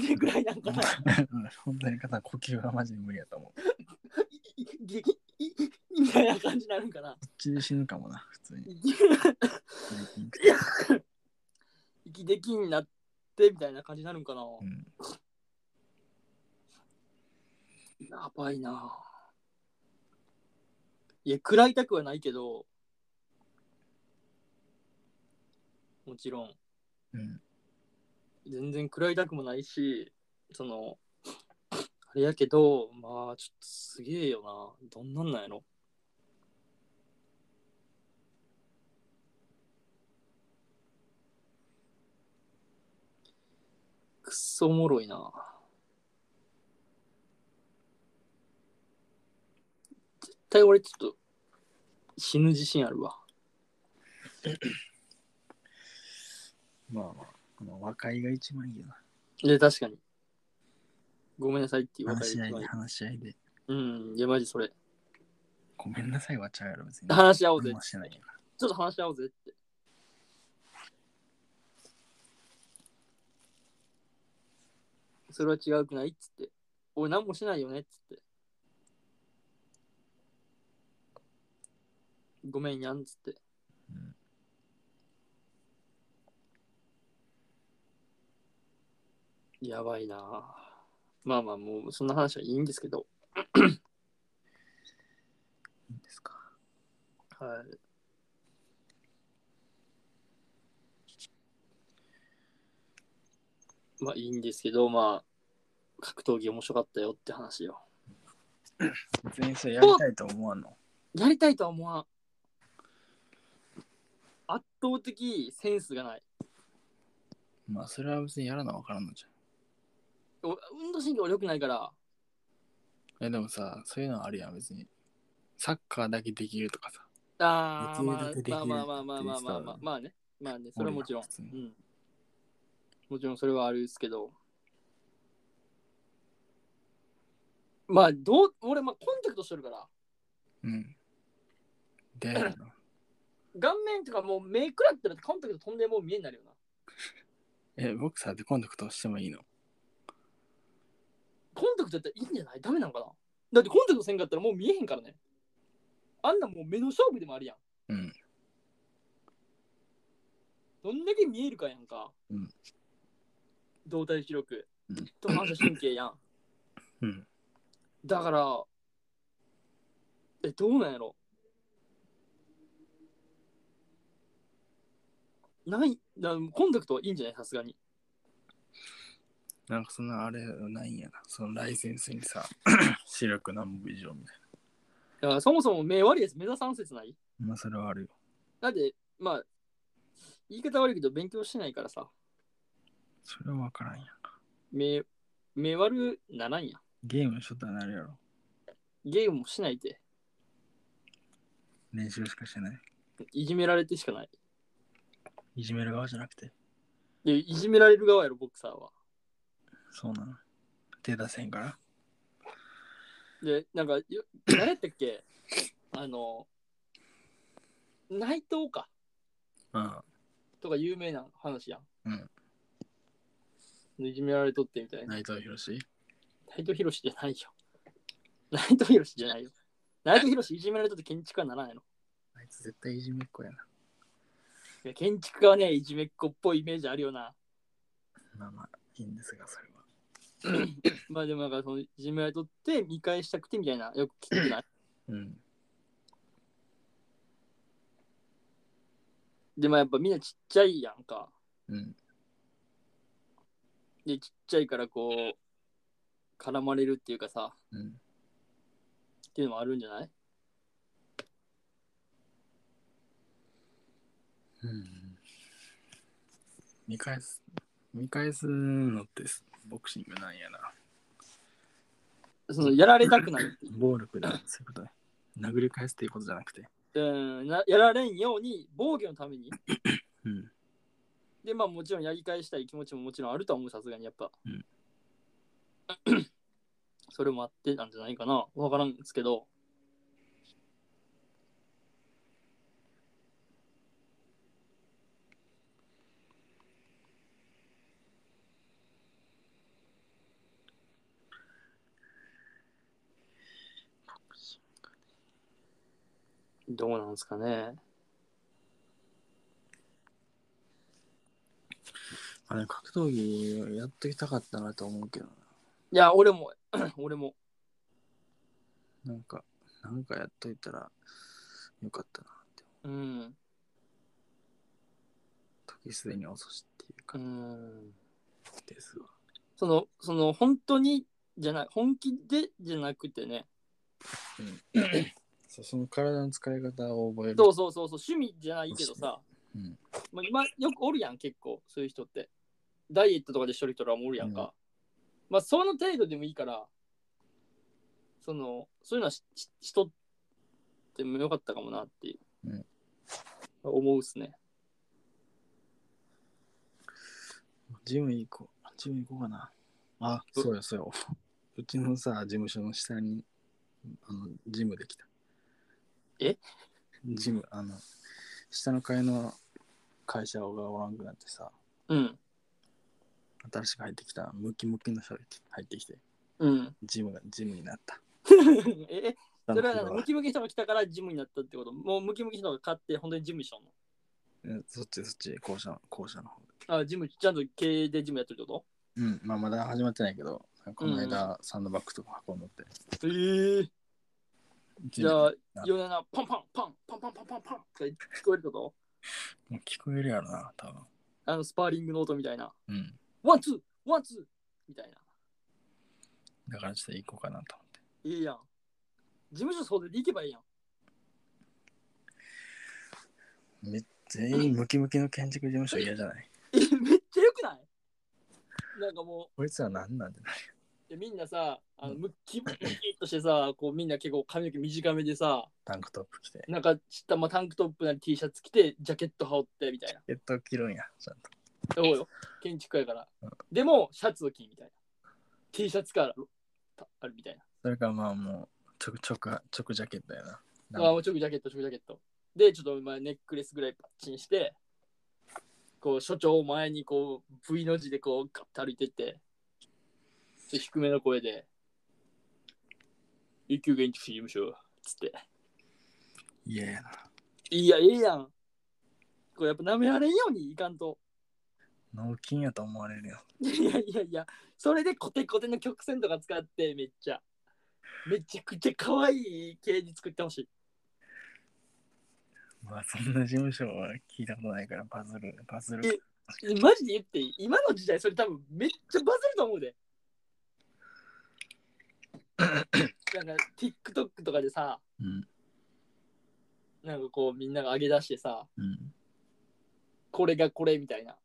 でぐらいなんかな本当に方呼吸はマジで無理やと思う。こいいいいみたいな感じになるんかなっちで死ぬかもな、普通に。息できんなってみたいな感じになるんかな、うん、やばいな。いや、食らいたくはないけど、もちろん、うん全然食らいたくもないし、その、あれやけど、まあ、ちょっとすげえよな。どんなんなんやろ。くっそおもろいな。絶対俺ちょっと死ぬ自信あるわ。まあまあ、この和解が一番いいよな。で、確かに。ごめんなさいって言われ話し合いでる。話し合いで。うん、いや、マジそれ。ごめんなさいはちゃうやろ、別に。話し合おうぜ何。もしてないよな。ちょっと話し合おうぜって。それは違うくないっつって。俺何もしないよねっつって。ごめんやんっつって。うんやばいなぁまあまあもうそんな話はいいんですけど。いいんですか。はい。まあいいんですけど、まあ、格闘技面白かったよって話よ。別にそれやりたいと思わんの。やりたいとは思わん。圧倒的センスがない。まあ、それは別にやらなわからんのじお運動神経俺良くないから、ゃん。え、でもさ、そういうのあるやん、別に。サッカーだけできるとかさ。あーできるまだけできるあ、まあまあまあまあまあまあまあって言ってたのにまあね。まあね、それはもちろん普。通うにん、もちろんそれはあるですけど。まあ、どう、俺、まあ、コンタクトしてるから、うん。で、 *laughs* あの顔面とかもう目くらったらコンタクト飛んでもう見えになるよな。え、ボクサーってコンタクトしてもいいのコンタクトやったらいいんじゃないダメなのかなだってコンタクトせんかったらもう見えへんからね。あんなんもう目の勝負でもあるやん。うん。どんだけ見えるかやんか。うん動体視力うんと反射神経やん。うん。だから、え、どうなんやろない、なコンタクトはいいんじゃないさすがに。なんかそんなあれないんやな。そのライセンスに *laughs* さ、視力何本以上みたいだからそもそも目悪いやつ目指さん説ないな。まあそれはあるよ。だって、まあ、言い方悪いけど勉強してないからさ、それはわからんやん。目、目悪ならんやん。ゲームしとったらなるやろ。ゲームもしないで、練習しかしてない。いじめられてしかない。いじめる側じゃなくて。で、いじめられる側やろ、ボクサーは。そうなの。手出せんから。で、なんか、よ *clears throat* 誰やったっけあの、内藤か。あとか有名な話やん。うん。いじめられとってみたいあ、な。内藤博士。内藤博士じゃないよ。内藤博士じゃないよ。内藤博士いじめられとって建築家にならないの。あいつ絶対いじめっ子やな。いや建築家はね、いじめっ子っぽいイメージあるよな。まあまあ、いいんですが、それは。まあでもなんかそのいじめられとって見返したくてみたいなよく聞くない *clears throat* うん。でもやっぱみんなちっちゃいやんかうん。でちっちゃいからこう絡まれるっていうかさうん。っていうのもあるんじゃないうん見返す、見返すのってボクシングなんやな。そのやられたくない暴力だ、そういうことね。殴り返すっていうことじゃなくて。うんなやられんように防御のためにうん。でまあもちろんやり返したい気持ちももちろんあるとは思うさすがにやっぱ、うん *coughs* それもあってなんじゃないかなわからんですけどどうなんですかねあれ、格闘技やっときたかったなと思うけどいや俺も *coughs* 俺もな。なんか、なんかやっといたらよかったなって。うん時すでに遅しっていうう感んじですわ。そのその本当にじゃない本気でじゃなくてねそうその体の使い方を覚える。そうそうそうそう趣味じゃないけどさ、うんまあ、今よくおるやん結構そういう人ってダイエットとかでしとる人らもおるやんか、まあその程度でもいいからそのそういうのはしししとってもよかったかもなっていう、うん思うっすねジム行こう。ジム行こうかな。あ、うそうや、そうや。うちのさ、事務所の下に、あの、ジムできた。えジム、あの、下の階の会社がおらんくなってさ、うん新しく入ってきたムキムキの人が入ってきて、うん *laughs* ジムが、ジムになった。ええそれはなんかムキムキの人が来たからジムになったってこともうムキムキの人が買って本当にジムにしたのうんそっち、そっち、校舎の、校舎の方で。あ、ジム、ちゃんと経営でジムやってるってこうん、まあ、まだ始まってないけど、この間、サンドバッグとか運んどって。とええじじゃあ、な夜なパンパンパンパンパンパンパンパンって聞こえるってこと聞こえるやろな、多分。あの、スパーリングの音みたいな。うん。ワンツーワンツーみたいな。だからちょっと行こうかなと思って。いいやん。事務所総出で行けばいいやん。め全員ムキムキの建築事務所嫌じゃないえ、めっちゃよくないなんかもこいつは何なんだなう、いやみんなさ、あのうんムッキムキっとしてさ、こうみんな結構髪の毛短めでさ、タンクトップ着て。なんかちったまあタンクトップなり T シャツ着て、ジャケット羽織ってみたいな。えっと、着るんや、ちゃんそと。うよ。建築家やから。でも、シャツを着みたいな。T シャツからたあるみたいな。それかまあもう、ちょくちょく、ちょくジャケットやな。あもう直ジャケット、直ジャケット。で、ちょっと前ネックレスぐらいパッチンして、こう、所長を前にこう、V の字でこう、ガッと歩いてって、で低めの声で、一級建築士事務所、つって。いややな。いや、ええやん。これやっぱ舐められんようにいかんと。脳筋やと思われるよ。いやいやいや、それでコテコテの曲線とか使って、めっちゃ。めちゃくちゃ可愛い系に作ってほしい。まあそんな事務所は聞いたことないから、バズる、バズる。マジで言っていい今の時代それ多分めっちゃバズると思うで。なんか TikTok とかでさ、うん。なんかこうみんなが上げ出してさ、うん。これがこれみたいな。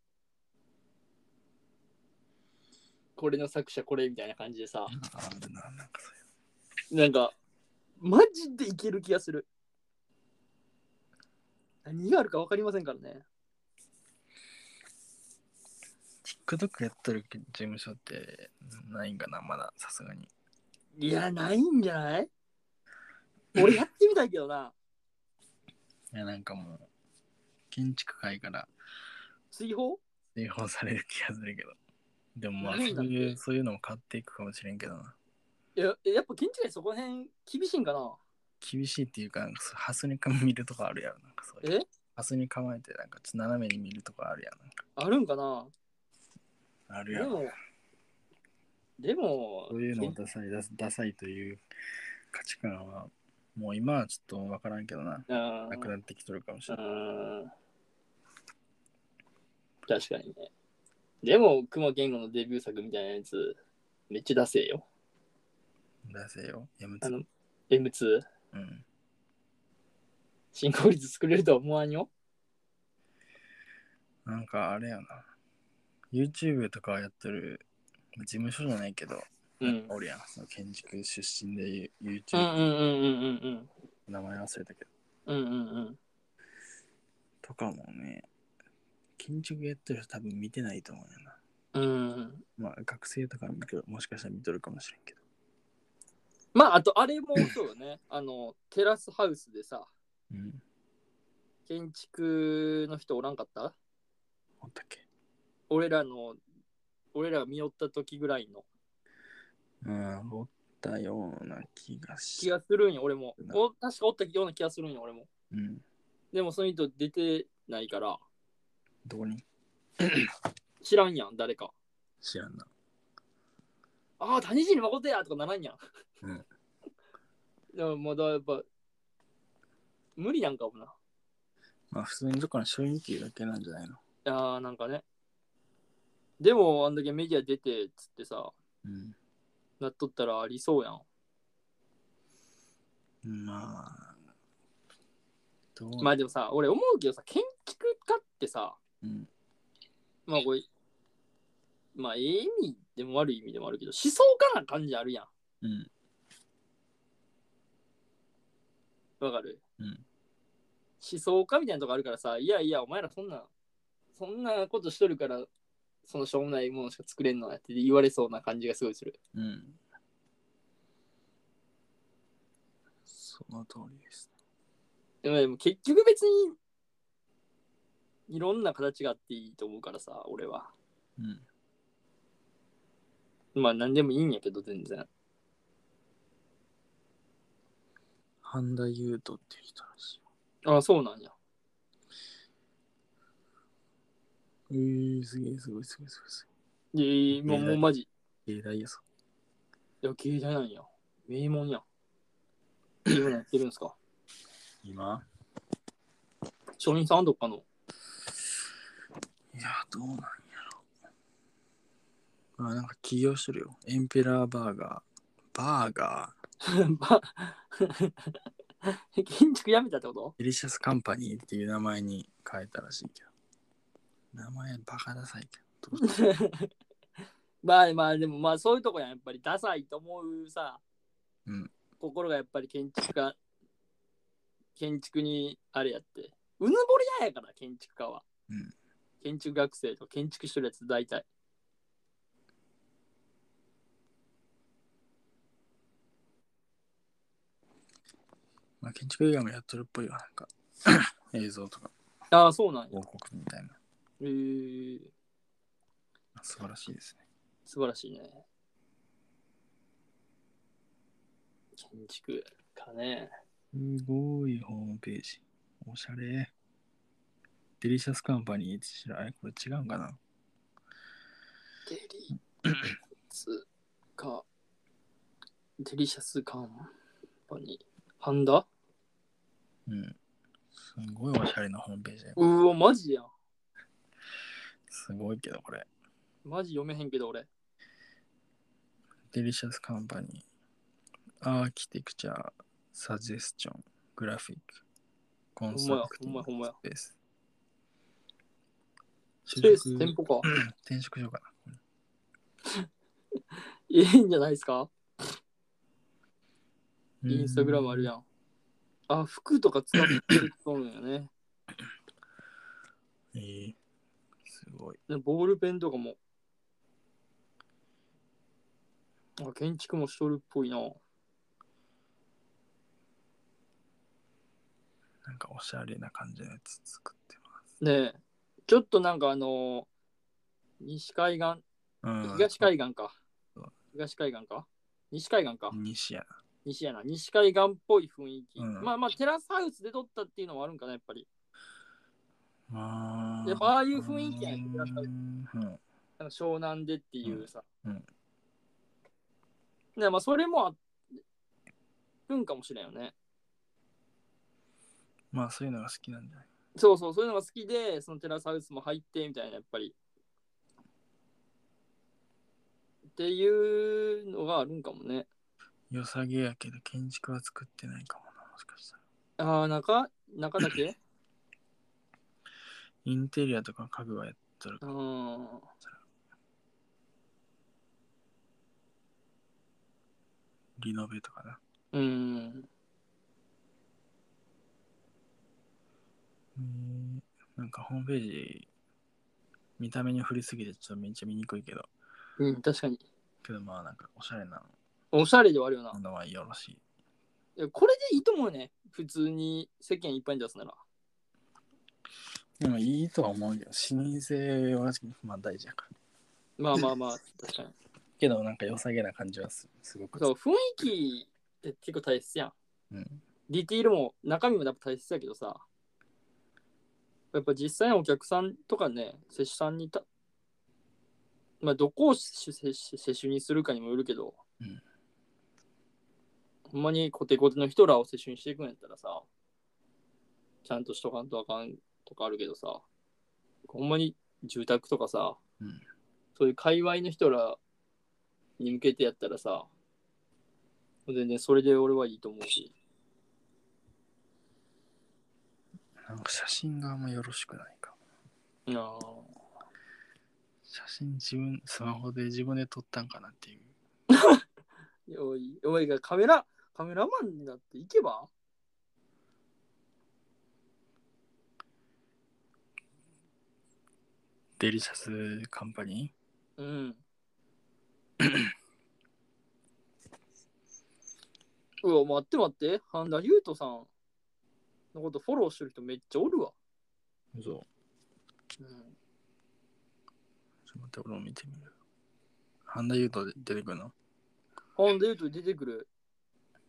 これの作者これみたいな感じでさ、あるな、なんかそういう。なんかマジでいける気がする。何があるか分かりませんからね。 TikTok やっとる事務所ってないんかな、まだ、さすがに。いや、ないんじゃない俺やってみたいけどな。いや、なんかもう、建築界から追放追放される気がするけど。でもまあ、なそいんだうっていう、そういうのも買っていくかもしれんけどな。いややっぱ現地でそこら辺厳しいんかな厳しいっていうか、なんかそうハスにか見るとかあるやろ。なんかそういうえハスに構えて、なんかちょっと斜めに見るとかあるやろ。なんかあるんかなあるでやろ。もでもそういうのをダサい、ダサダサいという価値観は、もう今はちょっとわからんけどな。あなくなってきとるかもしれない。あ確かにね。でも、熊健吾のデビュー作みたいなやつ、めっちゃダセえよ。ダセよ。やむあつ。の、M2、うん。進行率作れるとは思わんよ。なんかあれやな。YouTube とかやってる事務所じゃないけど、うん。おるやん。その建築出身でう YouTube んうんうんうんうんうん。名前忘れたけど。うんうんとかもね、建築やってる人多分見てないと思うよな。うん。うん。まあ学生とか見てるもしかしたら見とるかもしれんけど。まあ、あと、あれもそうよね。あの、テラスハウスでさ、うん。建築の人おらんかったおったっけ俺らの、俺らが見寄った時ぐらいのうん、おったような気がし気がするんよ、俺も。なお確かおったような気がするんよ、俺も。うん。でも、その人出てないから、どこに知らんやん、誰か。知らんな。ああ、谷尻誠やとかならんやん。うん *laughs* でも、まだやっぱ、無理なんかもな。まあ普通にどっかの商品っていうだけなんじゃないのああ、なんかね。でも、あんだけメディア出てっつってさ、うん。なっとったらありそうやん。まあ、どうまあでもさ、俺思うけどさ、建築家ってさ、うん、まあこれ、まあええ意味でも悪い意味でもあるけど、思想家な感じあるやん。うん、わかるうん、思想家みたいなとこあるからさ、いやいや、お前らそんな、そんなことしとるから、そのしょうもないものしか作れんのやって言われそうな感じがすごいする。うん。その通りです。でもでも結局別に、いろんな形があっていいと思うからさ、俺は。うん、まあ何でもいいんやけど、全然。半田優斗っていう人らしああ、そうなんや。い。えー、すげえ、すごい、すごい、すごい、すえー、もうもうマジ。ごい。芸大やぞ。いや、芸大なんや。名門やん。 *clears throat* 今やってるんですか今松陰さんどっかの。 *laughs* いや、どうなんやろ。あ、なんか起業してるよ。エンペラーバーガー。バーガー。ば建築やめたってことデリシャスカンパニーっていう名前に変えたらしいけど。名前バカダサいけど。どうしまあまあ、でもまあそういうとこやん。やっぱりダサいと思うさ、うん心がやっぱり建築家、建築にあれやって。うぬぼれややから、建築家は。うん建築学生とか建築してるやつ大体。まあ、建築以外もやっとるっぽいわ。なんか *coughs* 映像とかああ、そうなんや。広告みたいな。えー、素晴らしいですね。素晴らしいね。建築かね。すごいホームページ。おしゃれ。デリシャスカンパニーって知らない。これ違うんかなデリツカ、デリシャスカンパニー。ハンダうん。すごいおしゃれなホームページだよ。うわ、マジやん。すごいけどこれ。マジ読めへんけど俺。デリシャスカンパニー。アーキテクチャー、サジェスチョン、グラフィック、コンサクテほィんまやほんまやほんまングやススペース。ペース、就職店舗か。転職しようかな。これいいんじゃないですかうんインスタグラムあるやん。あ、服とか使ってるそうなんやね。えーすごい。でボールペンとかも。あ、建築もしとるっぽいな。なんかおしゃれな感じのやつ作ってねえ、ちょっとなんかあのー西海岸、ます。うん、東海岸かうん。東海岸か。西海岸か。西や西やな。西海岸っぽい雰囲気。うんまあまあ、テラスハウスで撮ったっていうのもあるんかな、やっぱり。な。やっぱああいう雰囲気やねうん。うんなんか湘南でっていうさ。うんね、まあ、それもあるんかもしれんよね。まあそういうのが好きなんじゃないそうそう、そういうのが好きで、そのテラスハウスも入ってみたいな、やっぱり。っていうのがあるんかもね。良さげやけど建築は作ってないかもな、もしかしたら。ああ、中中だけインテリアとか家具はやってるうかも。ん。リノベとかな。うん。うんなんかホームページ、見た目に振りすぎてちょっとめっちゃ見にくいけど、うん、確かに。けどまあなんかおしゃれなおしゃれではあるよな。のはよろしい。いやこれでいいと思うね。普通に世間一般に出すなら。でもいいとは思うけど、視認性はまあ大事やから。まあまあまあ、確かに。けどなんか良さげな感じはすすごく。そう雰囲気って結構大切やん。うんディティールも中身もやっぱ大切やけどさ。やっぱ実際のお客さんとかね、接種さんにた、まあどこを接種接種接種にするかにもよるけど、うんほんまにコテコテの人らを接種にしていくんやったらさ、ちゃんとしとかんとあかんとかあるけどさ、ほんまに住宅とかさ、うんそういう界隈の人らに向けてやったらさ、全然それで俺はいいと思うし。なんか写真があんまよろしくないかも。ああ。写真自分、スマホで自分で撮ったんかなっていう。おい、おいがカメラ、カメラマンになっていけばデリシャスカンパニうん。うわ、待って待って。半田優斗さんのことフォローしてる人めっちゃおるわ。ーそうう。ん、ちょっと待って、俺も見てみる。ハンダユートで出てくるの半田優斗出てくる。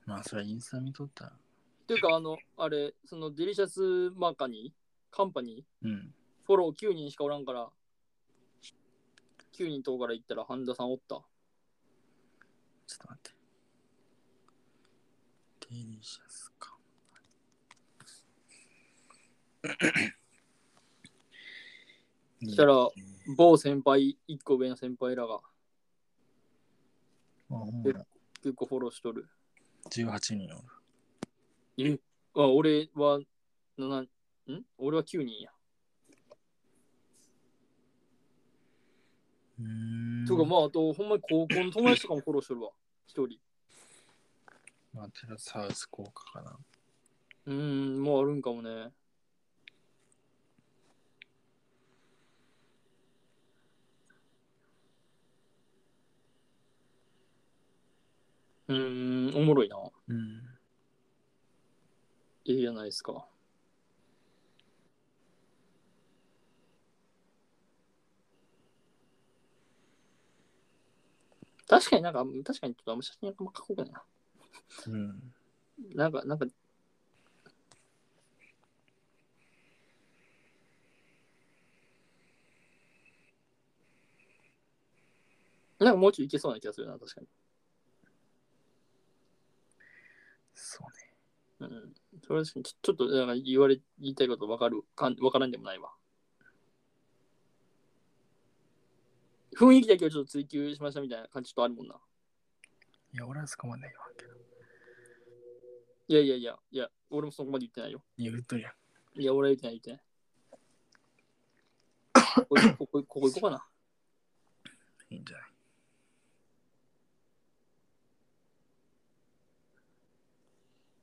まあ、それはインスタ見とったら。っていうか、あの、あれ、そのデリシャスマーカニー、カンパニー、うん。フォロー9人しかおらんから、9人とから行ったら半田さんおった。ちょっと待って。デリシャスか。 *coughs* そしたら。ら、某先輩、一個上の先輩らがあ、ほんまだ結構フォローしとる。 18人おる。あ俺は7、ん俺は9人や。うーん。とか、まあ、あと、ほんまに高校の友達とかもフォローしとるわ。一人。まあ、テラスハウス効果かな。うーん、もうあるんかもね。うーん、おもろいな。うん。いいじゃないですか。確かになんか、確かにちょっとあんま写真あんまかっこよくないな。うん。なんか、なんか、なんかもうちょいいけそうな気がするな、確かに。そうね。うん。それは確かにちょ、ちょっと、なんか言われ、言いたいことわかる、かんわからんでもないわ。雰囲気だけをちょっと追求しましたみたいな感じちょっとあるもんな。いや、俺はそこまで言わんけど。いやいやいや、いや、俺もそこまで言ってないよ。いや、言っとるやん。いや、俺は言ってない言ってない。ここここここ行こうかな。いいんじゃない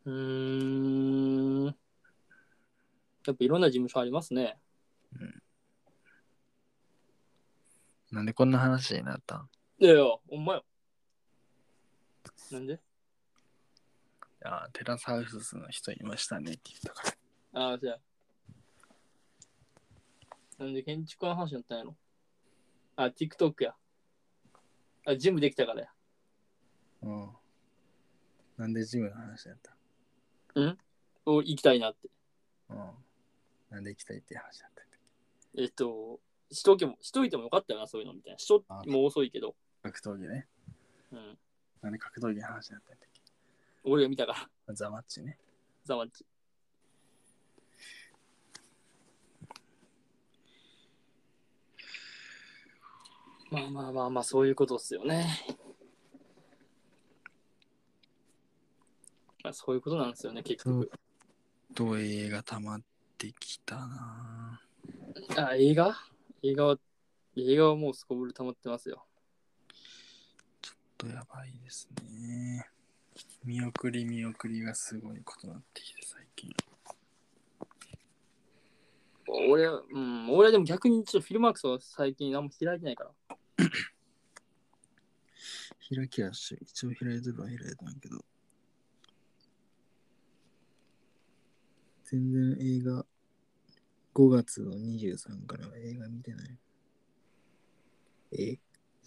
うーん。やっぱいろんな事務所ありますね。なんでこんな話になったんいやいや、ほんまよ。なんでああ、テラスハウスの人いましたねって言ったから。ああ、そうや。なんで建築家の話になったんやろあ、TikTok や。あ、ジムできたからや。うん。なんでジムの話だったお行きたいなって。うん。なんで行きたいっていう話だったえっと、しとけも、しといてもよかったよな、そういうのみたいな。しとあ、もう遅いけど。格闘技ね。うん。なんで格闘技の話になったんだっ俺が見たから、けザマッチね。ザマッチ。まあまあまあまあ、そういうことっすよね。まあ、そういうことなんですよね、結局。ど映画溜まってきたなぁあ、映画映画は、映画はもうすこぶる溜まってますよ。ちょっとやばいですね。見送り見送りがすごいことになってきて最近。俺は、うん、俺はでも逆にちょっとフィルマークスは最近あんま開いてないから。開きはし、一応開いてるは開いてるんやけど。全然映画、5月の23からは映画見てない。え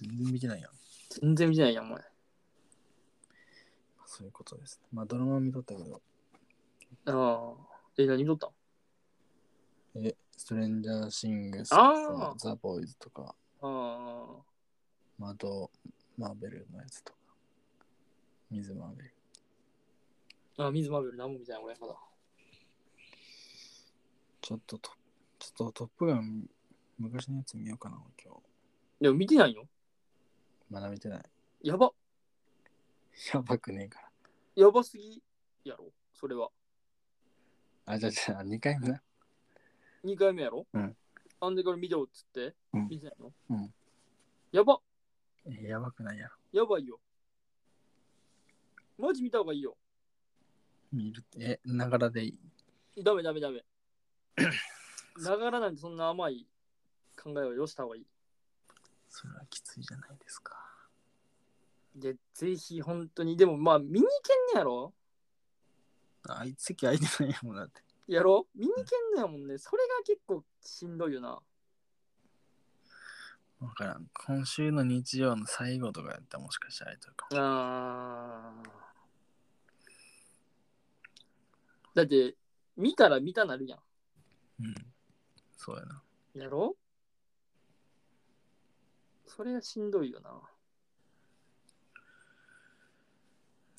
全然見てないやん。全然見てないやん、お前。そういうことです、ね。まあドラマ見とったけど、ああ。え、何見とったんえ、ストレンジャーシングスあーザ・ボーイズとか、ああ。まあ、あと、マーベルのやつとか、水マーベル。あ、水マーベル何も見てない、俺まだ。ちょっとと、ちょっとトップガン、昔のやつ見ようかな、今日。でも見てないよ。まだ見てない。やば。やばくねえから。やばすぎやろ、それは。あ、じゃあ、じゃあ、2回目な。 2回目やろうん。あんでから見てよっつって、うん見てないのうん。やば。えやばくないやろ。やばいよ。マジ見た方がいいよ。見るって、え、ながらでいい。ダメダメダ *coughs* メ。ながらなんてそんな甘い考えはよした方がいい。それはきついじゃないですか。で、ぜひ本当に、でもまあ見に行けんねやろあいつ席空いてないもんだって。やろ見に行けんねやもんね。それが結構しんどいよな。わからん。今週の日曜の最後とかやったらもしかしたら空いてるかも。あーだって見たら見たなるやうん。そうやな。んやろそれはしんどいよな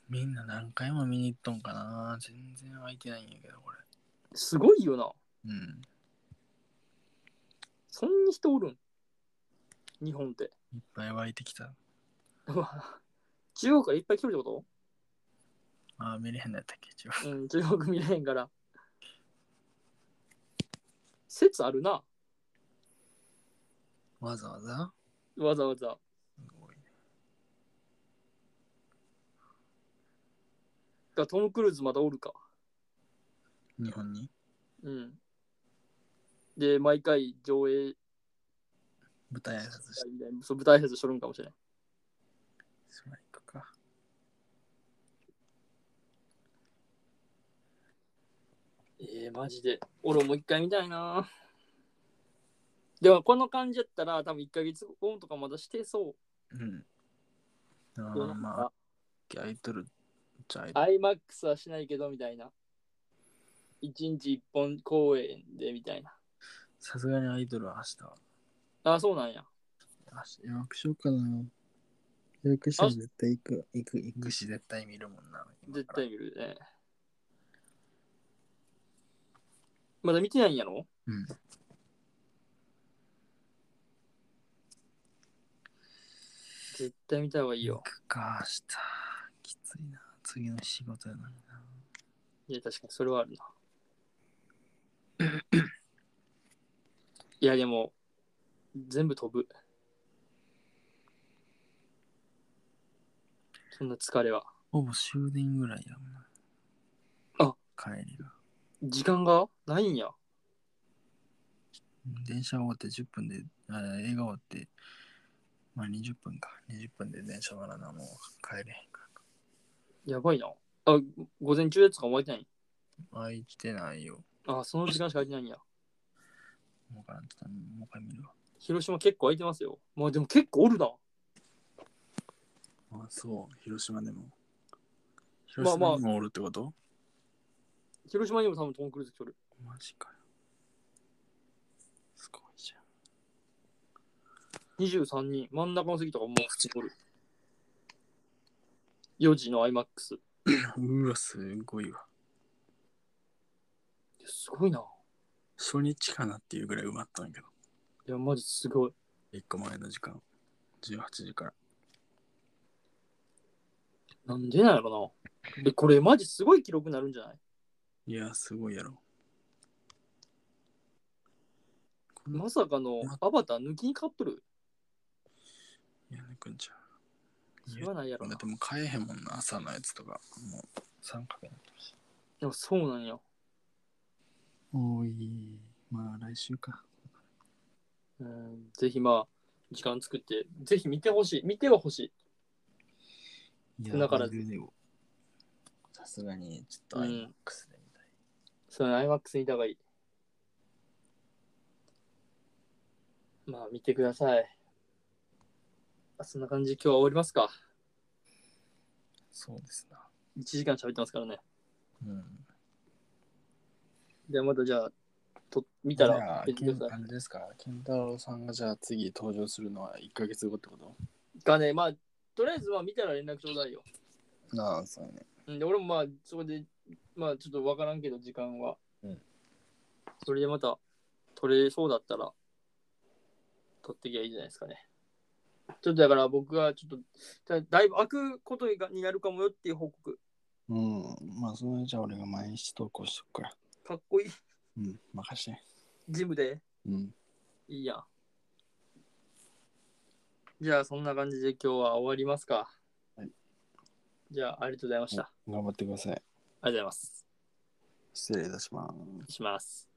みんな何回も見に行っとんかな。全然空いてないんやけど、これ。すごいよなうん。そんな人おるん日本っていっぱい湧いてきた。うわ中国からいっぱい来るってこあー、見れへんのやったっけ、一応。とうん中国見れへんから説あるなわざわざわざわざすごいね。だトム・クルーズまだおるか日本にうんで毎回上映舞台挨拶して。そう舞台挨拶しとるんかもしれんそれは行くか。ええマジで。俺もう一回見たいな。でもこの感じやったら多分1ヶ月後とかまだしてそう。うん。あどうなーんまあか、空いてるっちゃ空いてる IMAX はしないけどみたいな。1日1本公演でみたいな。さすがにアイドルは明日は。あ、そうなんや。明日予約しようかな。予約したら絶対行く、行く、行くし、絶対見るもんな。今絶から対見るね。まだ見てないんやろうん。絶対見た方がいい行よ。くか、明日。きついな。次の仕事やのにな。いや、確かにそれはあるな。いや、でも、全部飛ぶ。そんな疲れは。ほぼ終電ぐらいやもんな。あ帰りが。時間がないんや。うん電車終わって10分で、あ映画終わって、まあ20分か。20分で電車ならな、もう帰れへんかやばいな。あ、午前中やつが終わりてない。ら。空いてないよ。あ、その時間しか空いてないんや。もうからんちょっともう一回見るわ。広島結構空いてますよ。まあでも結構おるな。あ、そう。広島でも。ま広あまあ島にもおるってこと、広島にも多分トム・クルーズ来とる。マジかよ。すごいじゃん。 23人、真ん中の席とかもうおる。 4時の IMAX。うわ、すごいわ。すごいな。初日かなっていうぐらい埋まったんやけど。いや、マジすごい。一個前の時間。18時から。なんでなんやろな。で、これマジすごい記録になるんじゃないいや、すごいやろ。こんなまさかのアバター抜きにカップルや抜くんちゃう。言わないやろだなっ。てもう買えへんもんな、朝のやつとか。もう参加で。でもそうなんや。おい、まあ来週か。うん、ぜひまあ、時間作って、ぜひ見てほしい。見てはほしい。いだからビデオさすがに、ちょうんっと IMAX で見たい。それ IMAX にいた方がいい。まあ見てください。あそんな感じで今日は終わりますか。そうですな。 1時間喋ってますからね。うん。ではまたじゃあ、と見たじゃらあ、見てケくだンさあれですか。健太郎さんがじゃあ次登場するのは1ヶ月後ってことい。がね、まあ、とりあえずまあ見たら連絡ちょうだいよ。なあ、そうね。うんで、俺もまあ、そこで、まあちょっとわからんけど、時間は。うんそれでまた、取れそうだったら、取ってきゃいいじゃないですかね。ちょっとだから僕はちょっと、だだいぶ開くことがになるかもよっていう報告。うん。まあ、それじゃあ俺が毎日投稿しとくから。かっこいい。うん、任して。ジムでうん。いいやん。じゃあ、そんな感じで今日は終わりますか。はいじゃあ、ありがとうございました。頑張ってください。ありがとうございます。失礼いたします。します。